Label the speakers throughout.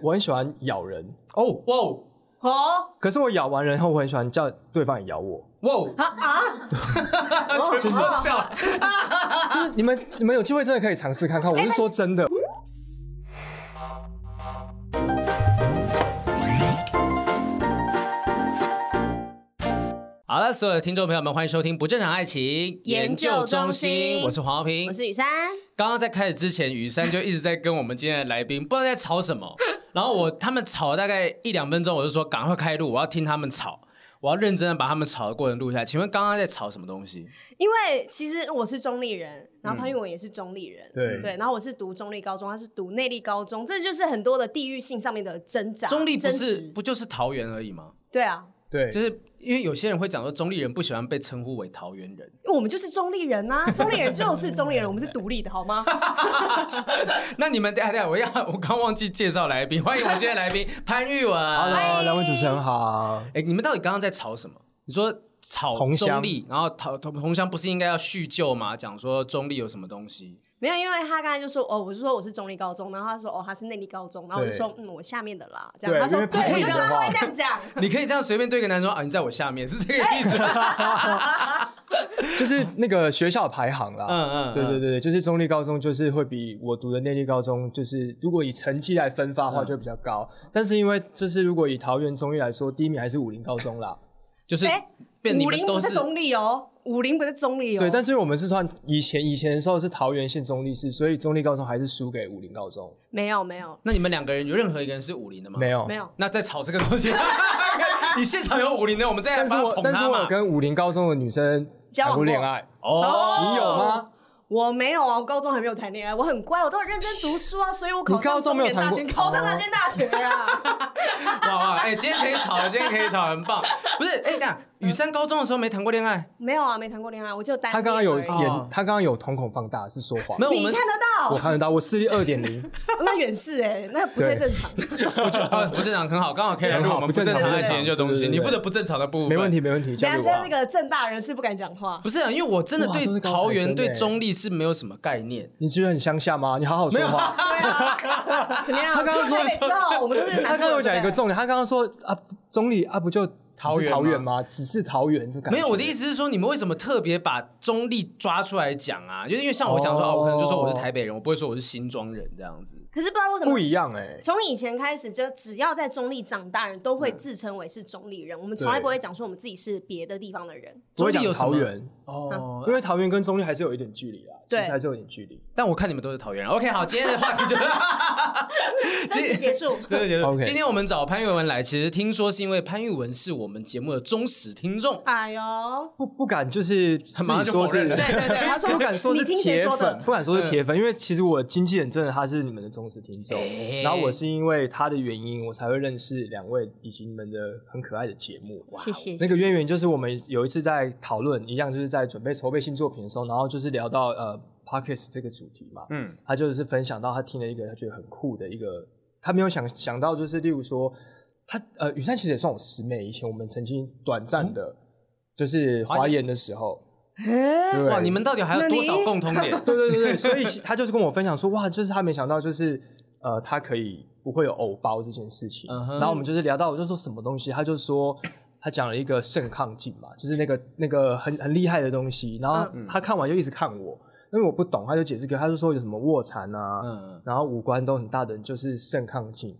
Speaker 1: 我很喜欢咬人，
Speaker 2: 哦，哇哦，
Speaker 3: 哦
Speaker 1: 可是我咬完人后，我很喜欢叫对方也咬我。
Speaker 2: 哇哦，
Speaker 3: 啊哦啊！
Speaker 2: 全部都笑了。
Speaker 1: 就是你们你们有机会真的可以尝试看看，哎我是说真的。
Speaker 2: 好了，所有的听众朋友们，欢迎收听《不正常爱情
Speaker 3: 研究中心
Speaker 2: 我是黄浩平
Speaker 3: 我。是雨珊，
Speaker 2: 刚刚在开始之前，雨珊就一直在跟我们今天的来宾不 知道在吵什么，然后我他们吵了大概一两分钟，我就说赶快开录，我要听他们吵。我要认真的把他们吵的过程录下来。请问刚刚在吵什么东西？
Speaker 3: 因为其实我是中立人，然后潘玉文也是中立人，
Speaker 1: 对
Speaker 3: 对，然后我是读中立高中，他是读内力高中，这就是很多的地域性上面的挣扎。
Speaker 2: 中立不
Speaker 3: 争
Speaker 2: 是
Speaker 3: 执
Speaker 2: 不就是桃园而已吗？
Speaker 3: 对啊，
Speaker 1: 对，
Speaker 2: 就是因为有些人会讲说中立人不喜欢被称呼为桃园 人，
Speaker 3: 因为我们就是中立人啊，中立人就是中立人，我们是独立的好吗？
Speaker 2: 那你们等一下等一下，我要我刚忘记介绍来宾，欢迎我们今天的来宾潘玉文。哎、
Speaker 1: Hello，两位啊主持人好。
Speaker 2: 你们到底刚刚在吵什么？你说吵
Speaker 1: 同乡
Speaker 2: 中立，然后讨同同乡不是应该要叙旧吗？讲说中立有什么东西？
Speaker 3: 没有，因为他刚才就说哦，我就说我是中立高中，然后他说哦他是内力高中，然后我就说嗯我下面的啦，这样
Speaker 1: 对
Speaker 3: 他说
Speaker 1: 因为不
Speaker 3: 对，我
Speaker 2: 会
Speaker 3: 就知
Speaker 2: 讲
Speaker 3: 道
Speaker 1: 话
Speaker 3: 他会这样讲，
Speaker 2: 你可以这样随便对一个男生说啊，你在我下面，是这个意思吗？
Speaker 1: 就是那个学校排行啦。
Speaker 2: 嗯
Speaker 1: 嗯
Speaker 2: 嗯嗯
Speaker 1: 嗯，对对对，就是中立高中就是会比我读的内地高中，就是如果以成绩来分发的话就会比较高，但是因为就是如果以桃园中立来说，第一名还是武林高中啦。
Speaker 2: 就是
Speaker 3: 哎
Speaker 2: 变你
Speaker 3: 武
Speaker 2: 们
Speaker 3: 林
Speaker 2: 都
Speaker 3: 不
Speaker 2: 是
Speaker 3: 是中立哦，武林不是中立哦，
Speaker 1: 对，但啊是我们是算以前以前的时候是桃园县中立市，所以中立高中还是输给武林高中。
Speaker 3: 没有没有
Speaker 2: 那你们两个人有任何一个人是武林的吗？
Speaker 1: 没。有
Speaker 3: 没。有，
Speaker 2: 那在吵这个东西， 你现场有武林的，我们再来
Speaker 1: 但是
Speaker 2: 帮他
Speaker 1: 我
Speaker 2: 捧
Speaker 1: 但是
Speaker 2: 他
Speaker 1: 我有
Speaker 2: 嘛。
Speaker 1: 跟武林高中的女生
Speaker 3: 交往
Speaker 1: 谈
Speaker 3: 过
Speaker 1: 恋爱，
Speaker 2: 哦，
Speaker 1: 你有吗？
Speaker 3: 我没有啊，我高中还没有谈恋爱，我很乖，我都很认真读书啊，所以我
Speaker 1: 你
Speaker 3: 考
Speaker 1: 高
Speaker 3: 上
Speaker 1: 中
Speaker 3: 中
Speaker 1: 没有
Speaker 3: 原大
Speaker 1: 谈过哦
Speaker 3: 学，考上南京大学啊。
Speaker 2: 哇哇，哎，今天可以吵了，今天可以吵，很棒。不是，哎，那雨珊高中的时候没谈过恋爱，
Speaker 3: 没有啊，没谈过恋爱，我就单
Speaker 1: 她
Speaker 3: 恋
Speaker 1: 刚刚有
Speaker 3: 而已
Speaker 2: 哦
Speaker 1: 演，她刚刚有瞳孔放大是说谎
Speaker 2: 没，有我
Speaker 3: 你
Speaker 2: 们
Speaker 3: 看得
Speaker 1: 我
Speaker 3: 到，
Speaker 1: 看得到，我视力二点零。
Speaker 3: 那远视哎，那不太正常。
Speaker 2: 啊不正常很好，刚好可以来录
Speaker 1: 很好
Speaker 2: 我们
Speaker 1: 不
Speaker 2: 不正
Speaker 1: 正常
Speaker 2: 常爱情研究中
Speaker 1: 对对
Speaker 2: 心，
Speaker 1: 对
Speaker 2: 你负责不正常的部分，
Speaker 1: 没问。题，没问题，交
Speaker 3: 等
Speaker 1: 给
Speaker 3: 下
Speaker 1: 我
Speaker 3: 在
Speaker 1: 啊
Speaker 3: 那。个正大人士不敢讲 话，
Speaker 2: 不是啊，因为我真的
Speaker 1: 哇都
Speaker 2: 对
Speaker 1: 是高材生
Speaker 2: 桃园、
Speaker 1: 欸
Speaker 2: 对中立是没有什么概念。
Speaker 1: 你觉得很乡下吗？你好好说话。
Speaker 3: 对啊，怎么样？
Speaker 1: 他刚刚
Speaker 3: 出台北之后，我们都是
Speaker 1: 他
Speaker 3: 南
Speaker 1: 刚
Speaker 3: 部人
Speaker 1: 刚有讲一个
Speaker 3: 对不对
Speaker 1: 重点，他刚刚说啊，中立啊，不就桃
Speaker 2: 桃园
Speaker 1: 园
Speaker 2: 吗
Speaker 1: 桃园吗？只是桃园这感觉。
Speaker 2: 没有，我的意思是说，你们为什么特别把中立抓出来讲啊？就是因为像我讲说，
Speaker 1: 哦
Speaker 2: 啊，我可能就说我是台北人，我不会说我是新庄人这样子。
Speaker 3: 可是不知道为什么
Speaker 1: 不一。样哎。
Speaker 3: 从以前开始，就只要在中立长大人，都会自称为是中立人。我们从来
Speaker 1: 对
Speaker 3: 不会讲说我们自己是别的地方的人。
Speaker 1: 不会
Speaker 2: 中立
Speaker 1: 讲
Speaker 2: 有什么
Speaker 1: 桃园，
Speaker 2: 哦
Speaker 1: 因为桃园跟中立还是有一点距离啊，其
Speaker 3: 对
Speaker 1: 实还是有一点距离。
Speaker 2: 但我看你们都是桃园人。OK，好，今天的话题 就
Speaker 3: 这集结束，
Speaker 2: 真的觉得
Speaker 1: OK
Speaker 2: 今天我们找潘玉文来，其实听说是因为潘玉文是我们节目的忠实听众。
Speaker 3: 哎呦，
Speaker 1: 不不敢就是
Speaker 2: 他
Speaker 1: 自
Speaker 2: 马上
Speaker 1: 己
Speaker 2: 就
Speaker 1: 说
Speaker 2: 否认
Speaker 1: 是
Speaker 2: 了，
Speaker 3: 对对对，他说
Speaker 1: 不敢说
Speaker 3: 你
Speaker 1: 是
Speaker 3: 听谁
Speaker 1: 铁
Speaker 3: 说
Speaker 1: 粉，
Speaker 3: 的？嗯
Speaker 1: 不敢说是铁粉，因为其实我经纪人真的他是你们的忠实听众
Speaker 2: 哎，
Speaker 1: 然后我是因为他的原因，我才会认识两位以及你们的很可爱的节目。哇哦
Speaker 3: 谢谢
Speaker 1: 那个渊源就是我们有一次在讨论，一样就是在准备筹备新作品的时候，然后就是聊到呃 p o c k e t 这个主题嘛，
Speaker 2: 嗯，
Speaker 1: 他就是分享到他听了一个他觉得很酷的一个，他没有想想到就是例如说他呃雨珊其实也算我师妹，以前我们曾经短
Speaker 3: 嗯
Speaker 1: 暂的，就是
Speaker 2: 华
Speaker 1: 华研的时候，
Speaker 3: 哎
Speaker 1: 对
Speaker 2: 哇，你们到底还有多少共同 点？
Speaker 1: 对对对对，所以其他就是跟我分享说，哇，就是他没想到，就是呃，他可以不会有偶包这件事情。
Speaker 2: 嗯哼
Speaker 1: 然后我们就是聊到，我就说什么东西，他就说他讲了一个肾亢进嘛，就是那个那个很很厉害的东西。然
Speaker 3: 嗯
Speaker 1: 后他看完就一直看我，因为我不懂，他就解释给我，他就说有什么卧蚕啊，
Speaker 2: 嗯，
Speaker 1: 然后五官都很大的人就是肾亢进。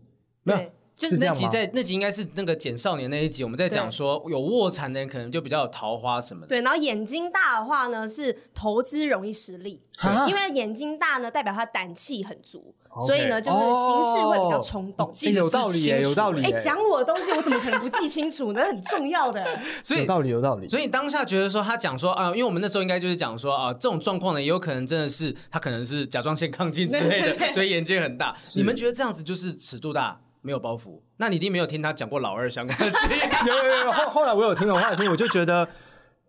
Speaker 3: 对，
Speaker 2: 就是
Speaker 1: 这
Speaker 2: 那
Speaker 1: 样
Speaker 2: 集
Speaker 1: 吗
Speaker 2: 在那集应该是那个简少年那一集，我们在讲说有卧蚕的人可能就比较有桃花什么的。
Speaker 3: 对，然后眼睛大的话呢，是投资容易失利，因为眼睛大呢代表他胆气很足，
Speaker 1: OK
Speaker 3: 所以呢就是行事会比较冲动。
Speaker 2: 记得
Speaker 1: 哦欸有道理耶
Speaker 2: 清楚
Speaker 1: 有道理欸
Speaker 3: 哎，
Speaker 1: 耶
Speaker 3: 讲我的东西，我怎么可能不记清楚呢？很重要的，
Speaker 2: 所
Speaker 1: 有
Speaker 2: 以
Speaker 1: 道理，有道理。
Speaker 2: 所以当下觉得说他讲说啊，因为我们那时候应该就是讲说啊，这种状况呢，也有可能真的是他可能是甲状腺亢进之类
Speaker 3: 对对
Speaker 2: 的，
Speaker 3: 对
Speaker 2: 所以眼界很大。你们觉得这样子就是尺度大，没有包袱？那你一定没有听他讲过老二相关的事情。
Speaker 1: 有有有，后后来我有听了，我后来听我就觉得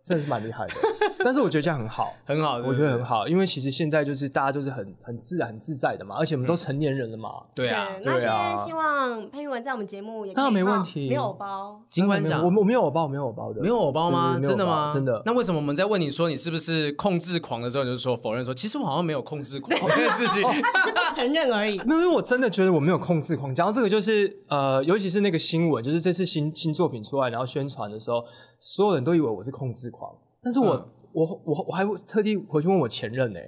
Speaker 1: 真的是蛮厉害的，但是我觉得这样很好，
Speaker 2: 很好，
Speaker 1: 我觉得很
Speaker 2: 好，
Speaker 1: 好，因为其实现在就是大家就是很很自然、很自在的嘛，而且我们
Speaker 2: 嗯
Speaker 1: 都成年人了嘛。
Speaker 2: 对啊，
Speaker 3: 那
Speaker 1: 对
Speaker 3: 现
Speaker 1: 啊
Speaker 3: 在希望潘玉文在我们节目也可以
Speaker 1: 当然没
Speaker 3: 报
Speaker 1: 问题
Speaker 3: 没有包，
Speaker 2: 尽管
Speaker 1: 没有
Speaker 2: 讲
Speaker 1: 我。们我没有偶包，我没有偶包的，
Speaker 2: 没有偶包吗？
Speaker 1: 对
Speaker 2: 真的
Speaker 1: 没有偶
Speaker 2: 吗？
Speaker 1: 包真的。
Speaker 2: 那为什么我们在问你说你是不是控制狂的时候，你就说否认说，其实我好像没有控制狂 这件事 情？
Speaker 3: 他只是不承认而已。
Speaker 1: 没有，因为我真的觉得我没有控制狂。讲到这个，就是呃，尤其是那个新闻，就是这次新新作品出来，然后宣传的时候，所有人都以为我是控制狂，但是我、
Speaker 2: 嗯
Speaker 1: 我我我还特地回去问我前任呢、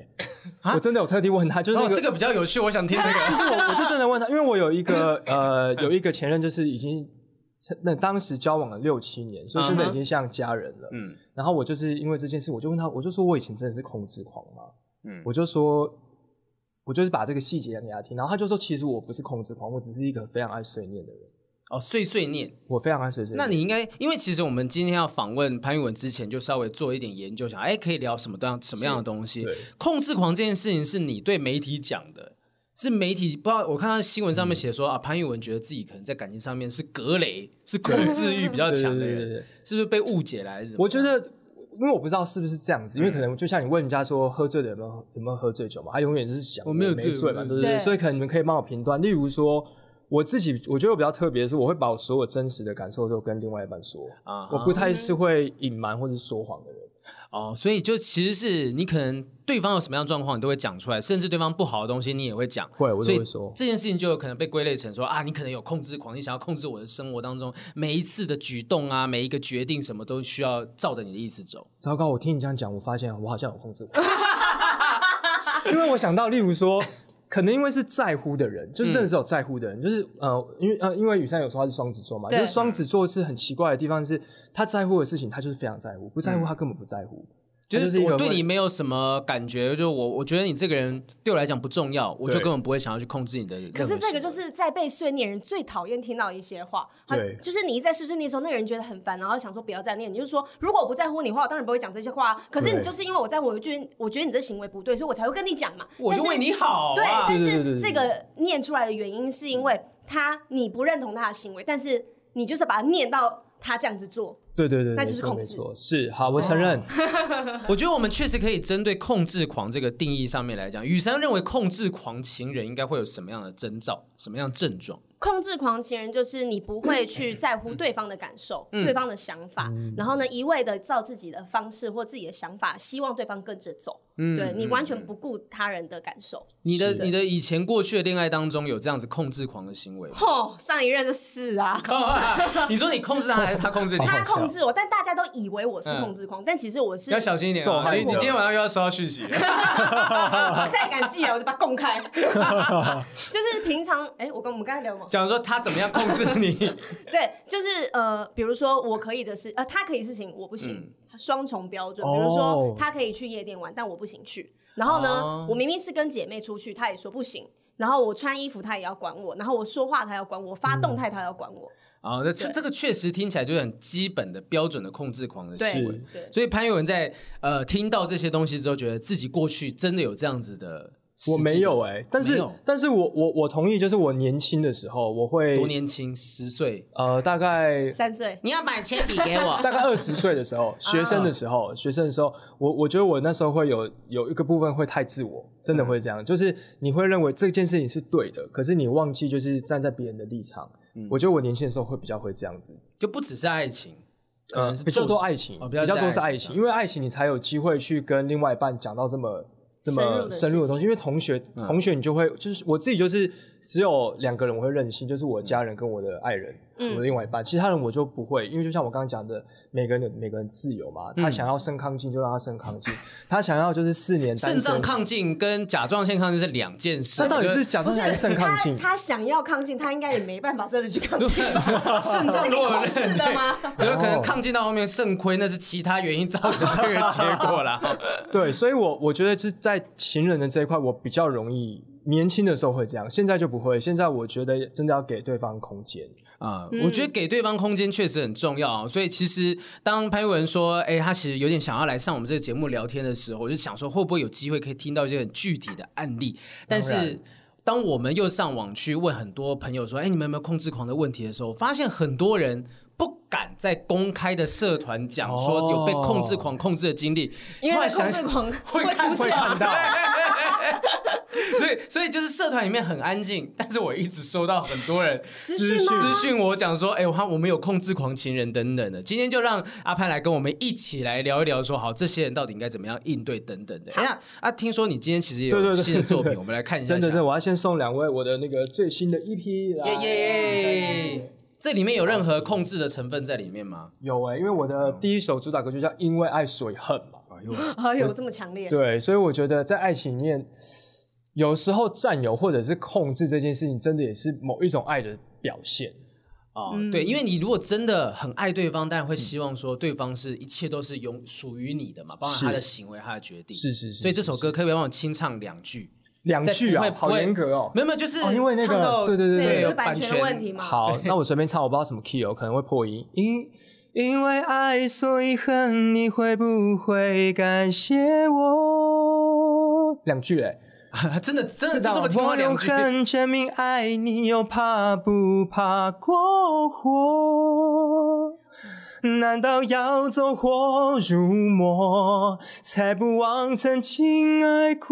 Speaker 2: 啊
Speaker 1: 我真的有特地问他，就是那
Speaker 2: 哦，
Speaker 1: 个、
Speaker 2: 这个比较有趣，我想听这 个。
Speaker 1: 就是我我就真的问他，因为我有一 个呃有一个前任，就是已经那当时交往了六七年，所以真的已经像家人了。
Speaker 2: 嗯
Speaker 1: 然后我就是因为这件事，我就问他，我就说我以前真的是控制狂吗？
Speaker 2: 嗯，
Speaker 1: 我就说，我就是把这个细节讲给他听，然后他就说，其实我不是控制狂，我只是一个非常爱碎念的人，
Speaker 2: 哦，碎碎念。
Speaker 1: 我非常爱碎碎念。
Speaker 2: 那你应该，因为其实我们今天要访问潘玉文之前，就稍微做一点研究，想哎，可以聊什么样什么样的东西
Speaker 1: 对？
Speaker 2: 控制狂这件事情是你对媒体讲的，是媒体不知道。我看到新闻上面
Speaker 1: 嗯
Speaker 2: 写说、啊，潘玉文觉得自己可能在感情上面是格雷，是控制欲比较强的
Speaker 1: 对对对
Speaker 2: 人，
Speaker 1: 对对
Speaker 2: 是不是被误解来？
Speaker 1: 我觉得，因为我不知道是不是这样子，
Speaker 2: 嗯
Speaker 1: 因为可能就像你问人家说喝醉的有没有有没有喝醉酒嘛，他永远就是想
Speaker 2: 我没有
Speaker 1: 醉
Speaker 2: 醉
Speaker 1: 醉嘛，
Speaker 2: 我没
Speaker 1: 对
Speaker 2: 有
Speaker 1: 不对？
Speaker 3: 醉
Speaker 1: 所以可能你们可以帮我评断，例如说。我自己我觉得我比较特别的是，我会把我所有真实的感受都跟另外一半说
Speaker 2: 啊哈
Speaker 1: 我不太是会隐瞒或者说谎的人。
Speaker 2: 哦，所以就其实是你可能对方有什么样的状况，你都会讲出来，甚至对方不好的东西你也会讲。
Speaker 1: 会我都
Speaker 2: 所以
Speaker 1: 会说
Speaker 2: 这件事情就有可能被归类成说啊，你可能有控制狂，你想要控制我的生活当中每一次的举动啊，每一个决定什么都需要照着你的意思走。
Speaker 1: 糟糕，我听你这样讲，我发现我好像有控制狂， 因为我想到，例如说，可能因为是在乎的人，
Speaker 2: 嗯
Speaker 1: 就是真的是有在乎的人，就是呃，因为呃，因为雨珊有说他是双子座嘛，就
Speaker 3: 对
Speaker 1: 是双子座是很奇怪的地方是，他在乎的事情他就是非常在乎，不在乎他根本不在乎，
Speaker 2: 就
Speaker 1: 他
Speaker 2: 是
Speaker 1: 一个
Speaker 2: 我对
Speaker 1: 会
Speaker 2: 你没有什么感觉，就我我觉得你这个人对我来讲不重要，我就
Speaker 1: 对
Speaker 2: 根本不会想要去控制你的任何
Speaker 3: 可
Speaker 2: 行为。
Speaker 3: 是这个就是在被碎念人最讨厌听到的一些话，他
Speaker 1: 对
Speaker 3: 就是你一在碎碎念的时候，那个人觉得很烦，然后想说不要再念，你就说如果我不在乎你的话，我当然不会讲这些话啊。可是你
Speaker 1: 对
Speaker 3: 就是因为我在乎，我就觉得我觉得你这行为不对，所以我才会跟你讲嘛。
Speaker 2: 我就
Speaker 3: 但是
Speaker 2: 为你好、
Speaker 3: 对，
Speaker 2: 啊。
Speaker 3: 但
Speaker 1: 对对对对
Speaker 3: 是这个念出来的原因是因为他你不认同他的行为，但是你就是把他念到他这样子做，
Speaker 1: 对对对，
Speaker 3: 那
Speaker 1: 没
Speaker 3: 就是
Speaker 1: 错
Speaker 3: 控
Speaker 1: 没
Speaker 3: 制
Speaker 1: 错，是好，我承
Speaker 2: 哦
Speaker 1: 认，
Speaker 2: 我觉得我们确实可以针对控制狂这个定义上面来讲，雨珊认为控制狂情人应该会有什么样的征兆、什么样的症状？
Speaker 3: 控制狂情人就是你不会去在乎对方的感受、对方的想法，然后呢一味的照自己的方式或自己的想法，希望对方跟着走。对你完全不顾他人的感受。
Speaker 2: 你的
Speaker 1: 是的
Speaker 2: 你的以前过去的恋爱当中有这样子控制狂的行 为吗？
Speaker 3: 哦，上一任就是啊，
Speaker 2: 你说你控制他还是他控制
Speaker 1: 哦
Speaker 2: 你？
Speaker 3: 他控制我，但大家都以为我是控制狂，但其实我是
Speaker 2: 要 小心一点
Speaker 1: 手
Speaker 2: 啊，
Speaker 1: 还
Speaker 2: 你
Speaker 1: 是
Speaker 2: 你
Speaker 1: 脚
Speaker 2: 今天晚上又要收到讯息 了。
Speaker 3: 再敢寄来我就把它公开。 就是平常，哎、我跟我们刚才聊吗？
Speaker 2: 讲说他怎么样控制 你？
Speaker 3: 对，就是呃，比如说我可以的事，呃，他可以事情我不行，双重标准。
Speaker 1: 哦
Speaker 3: 比如说他可以去夜店玩，但我不行去。然后呢，
Speaker 2: 哦
Speaker 3: 我明明是跟姐妹出去，他也说不行。然后我穿衣服他也要管我，然后我说话他要管我，发
Speaker 1: 嗯
Speaker 3: 动态他要管我。
Speaker 2: 啊、那这
Speaker 3: 对
Speaker 2: 这个确实听起来就是很基本的标准的控制狂的行为
Speaker 3: 对。对，
Speaker 2: 所以潘越文在呃听到这些东西之后，觉得自己过去真的有这样子的实际
Speaker 1: 我
Speaker 2: 的，
Speaker 1: 没 有哎、但
Speaker 2: 没
Speaker 1: 是
Speaker 2: 有
Speaker 1: 但是我我我同意，就是我年轻的时候，我会
Speaker 2: 多年轻十岁，
Speaker 1: 呃大概
Speaker 3: 三岁。
Speaker 2: 你要买铅笔给 我。
Speaker 1: 大概二十岁的时候，学生的时候，学生的时候，我我觉得我那时候会有有一个部分会太自我，真的会这样，就是你会认为这件事情是对的，可是你忘记就是站在别人的立场。我觉得我年轻的时候会比较会这样子，
Speaker 2: 就不只是爱情，可
Speaker 1: 呃
Speaker 2: 能是，
Speaker 1: 比较
Speaker 2: 做
Speaker 1: 多爱情，
Speaker 2: 哦
Speaker 1: 比
Speaker 2: 比较
Speaker 1: 较多是
Speaker 2: 爱
Speaker 1: 爱
Speaker 2: 情
Speaker 1: 情，因为爱情你才有机会去跟另外一半讲到这么这
Speaker 3: 深入
Speaker 1: 么
Speaker 3: 的
Speaker 1: 深入的东西，因为同学
Speaker 2: 嗯
Speaker 1: 同学你就会就是我自己就是只有两个人我会任性，就是我的家人跟我的爱人，
Speaker 3: 嗯
Speaker 1: 我的另外一半，其他人我就不会，因为就像我刚刚讲的，每个人有每个人自由嘛，
Speaker 2: 嗯
Speaker 1: 他想要升康进就让他升康进，他想要就是四年单
Speaker 2: 肾脏
Speaker 1: 身，
Speaker 2: 亢进跟甲状腺亢进是两件事。
Speaker 1: 那到底
Speaker 2: 我觉
Speaker 1: 是
Speaker 2: 得
Speaker 1: 甲状腺还是肾
Speaker 3: 他
Speaker 1: 亢进？
Speaker 3: 他想要亢进，他应该也没办法真的去亢
Speaker 2: 如
Speaker 3: 进，
Speaker 2: 果 肾脏如果
Speaker 3: 控制的吗？
Speaker 2: 有可能亢进到后面肾亏，那是其他原因造成这个结果
Speaker 1: 哦
Speaker 2: 啦。
Speaker 1: 对，所以我我觉得是在情人的这一块，我比较容易年轻的时候会这样，现在就不会。现在我觉得真的要给对方空间，
Speaker 2: 啊、
Speaker 3: 嗯
Speaker 2: 我觉得给对方空间确实很重要啊。所以其实当潘文说，哎、他其实有点想要来上我们这个节目聊天的时候，我就想说，会不会有机会可以听到一些很具体的案例？但
Speaker 1: 当
Speaker 2: 是
Speaker 1: 然
Speaker 2: 当我们又上网去问很多朋友说：“哎，你们有没有控制狂的问题？”的时候，发现很多人不敢在公开的社团讲说有被控制狂控制的经历，
Speaker 3: 哦因
Speaker 2: 后
Speaker 3: 为
Speaker 2: 来
Speaker 3: 控
Speaker 2: 想
Speaker 3: 制狂
Speaker 1: 会看
Speaker 3: 出
Speaker 1: 会
Speaker 3: 事
Speaker 1: 看
Speaker 3: 啊。
Speaker 1: 到，
Speaker 2: 所以，所以就是社团里面很安静，但是我一直收到很多人私
Speaker 1: 讯吗
Speaker 2: 私讯我讲说，哎、我他我们有控制狂情人等等的。今天就让阿潘来跟我们一起来聊一聊说好这些人到底应该怎么样应对等等的。哎呀，啊，听说你今天其实也
Speaker 1: 对
Speaker 2: 有
Speaker 1: 对对
Speaker 2: 新的作品，
Speaker 1: 对
Speaker 2: 我们来看一下
Speaker 1: 真的，
Speaker 2: 下
Speaker 1: 真的，我要先送两位我的那个最新的 EP 来。
Speaker 2: 耶耶耶！这里面有任何控制的成分在里面吗？
Speaker 1: 有哎、因为我的第一首主打歌就叫《因为爱所以恨》嘛。
Speaker 3: 哎呦，这么强烈，
Speaker 1: 对，所以我觉得在爱情里面，有时候占有或者是控制这件事情，真的也是某一种爱的表现。
Speaker 2: 哦，对，
Speaker 3: 嗯
Speaker 2: 因为你如果真的很爱对方，当
Speaker 1: 嗯
Speaker 2: 然会希望说对方是一切都是拥属于你的嘛，包含他的行为、他的决定。
Speaker 1: 是是是
Speaker 2: 所以这首歌可不可以帮我清唱两句？
Speaker 1: 两
Speaker 2: 在
Speaker 1: 句
Speaker 2: 不会
Speaker 1: 啊，
Speaker 2: 不
Speaker 1: 好
Speaker 2: 会
Speaker 1: 严格哦。
Speaker 2: 没有没有，就是
Speaker 1: 哦因为那个
Speaker 2: 唱到
Speaker 1: 对对对
Speaker 3: 对，
Speaker 1: 对
Speaker 3: 因
Speaker 2: 有
Speaker 3: 为版权的问题嘛。
Speaker 1: 好，那我随便唱，我不知道什么 key 哦，可能会破音。因因为爱所以恨，你会不会感谢我？两句哎、
Speaker 2: 啊， 真的真的
Speaker 1: 知道
Speaker 2: 就这么听话
Speaker 1: 我
Speaker 2: 两
Speaker 1: 用
Speaker 2: 句，
Speaker 1: 恨证明爱你，又怕不怕过火？难道要走火入魔，才不忘曾经爱过？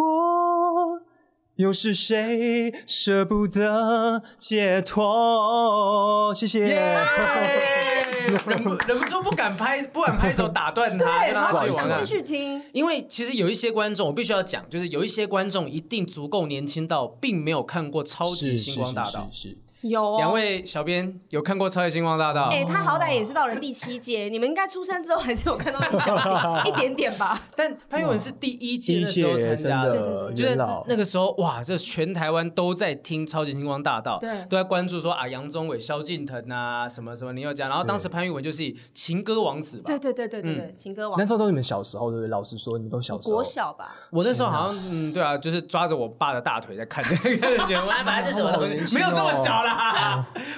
Speaker 1: 又是谁舍不得解脱？谢谢。
Speaker 2: 耶！ 忍不忍不住不敢拍，不敢拍手打断他，
Speaker 3: 对，
Speaker 2: 就让
Speaker 3: 然
Speaker 2: 他
Speaker 1: 就
Speaker 3: 后
Speaker 2: 继
Speaker 3: 就
Speaker 2: 续
Speaker 3: 想
Speaker 2: 往
Speaker 3: 继
Speaker 2: 下。
Speaker 3: 续听，
Speaker 2: 因为其实有一些观众，我必须要讲，就是有一些观众一定足够年轻到并没有看过《超级星光大道》。
Speaker 1: 是
Speaker 3: 有哦
Speaker 2: 两。位小编有看过《超级星光大道》？
Speaker 3: 哎、他好歹也是到了第七届，你们应该出生之后还是有看到 一小一点点吧？
Speaker 2: 但潘越文是第一
Speaker 1: 第
Speaker 2: 届
Speaker 1: 一
Speaker 2: 的时候参
Speaker 1: 届真
Speaker 2: 加的。
Speaker 1: 的
Speaker 2: 就是
Speaker 1: 元老
Speaker 2: 那个时候，哇，这全台湾都在听《超级星光大道》，
Speaker 3: 对
Speaker 2: 都在关注说啊，杨宗纬、萧敬腾啊，什么什么林宥嘉，然后当时潘越文就是以情歌王子吧，
Speaker 3: 对对对对对
Speaker 2: 嗯
Speaker 3: 对，情歌王
Speaker 1: 那时候都是你们小时候对不对？老实说，你们都小时候。
Speaker 3: 国小吧？
Speaker 2: 我那时候好像，嗯，对啊，就是抓着我爸的大腿 在看 这个觉得哇，反正这什么东
Speaker 1: 好年
Speaker 2: 西，
Speaker 1: 轻哦哦
Speaker 2: 没有这么小啦。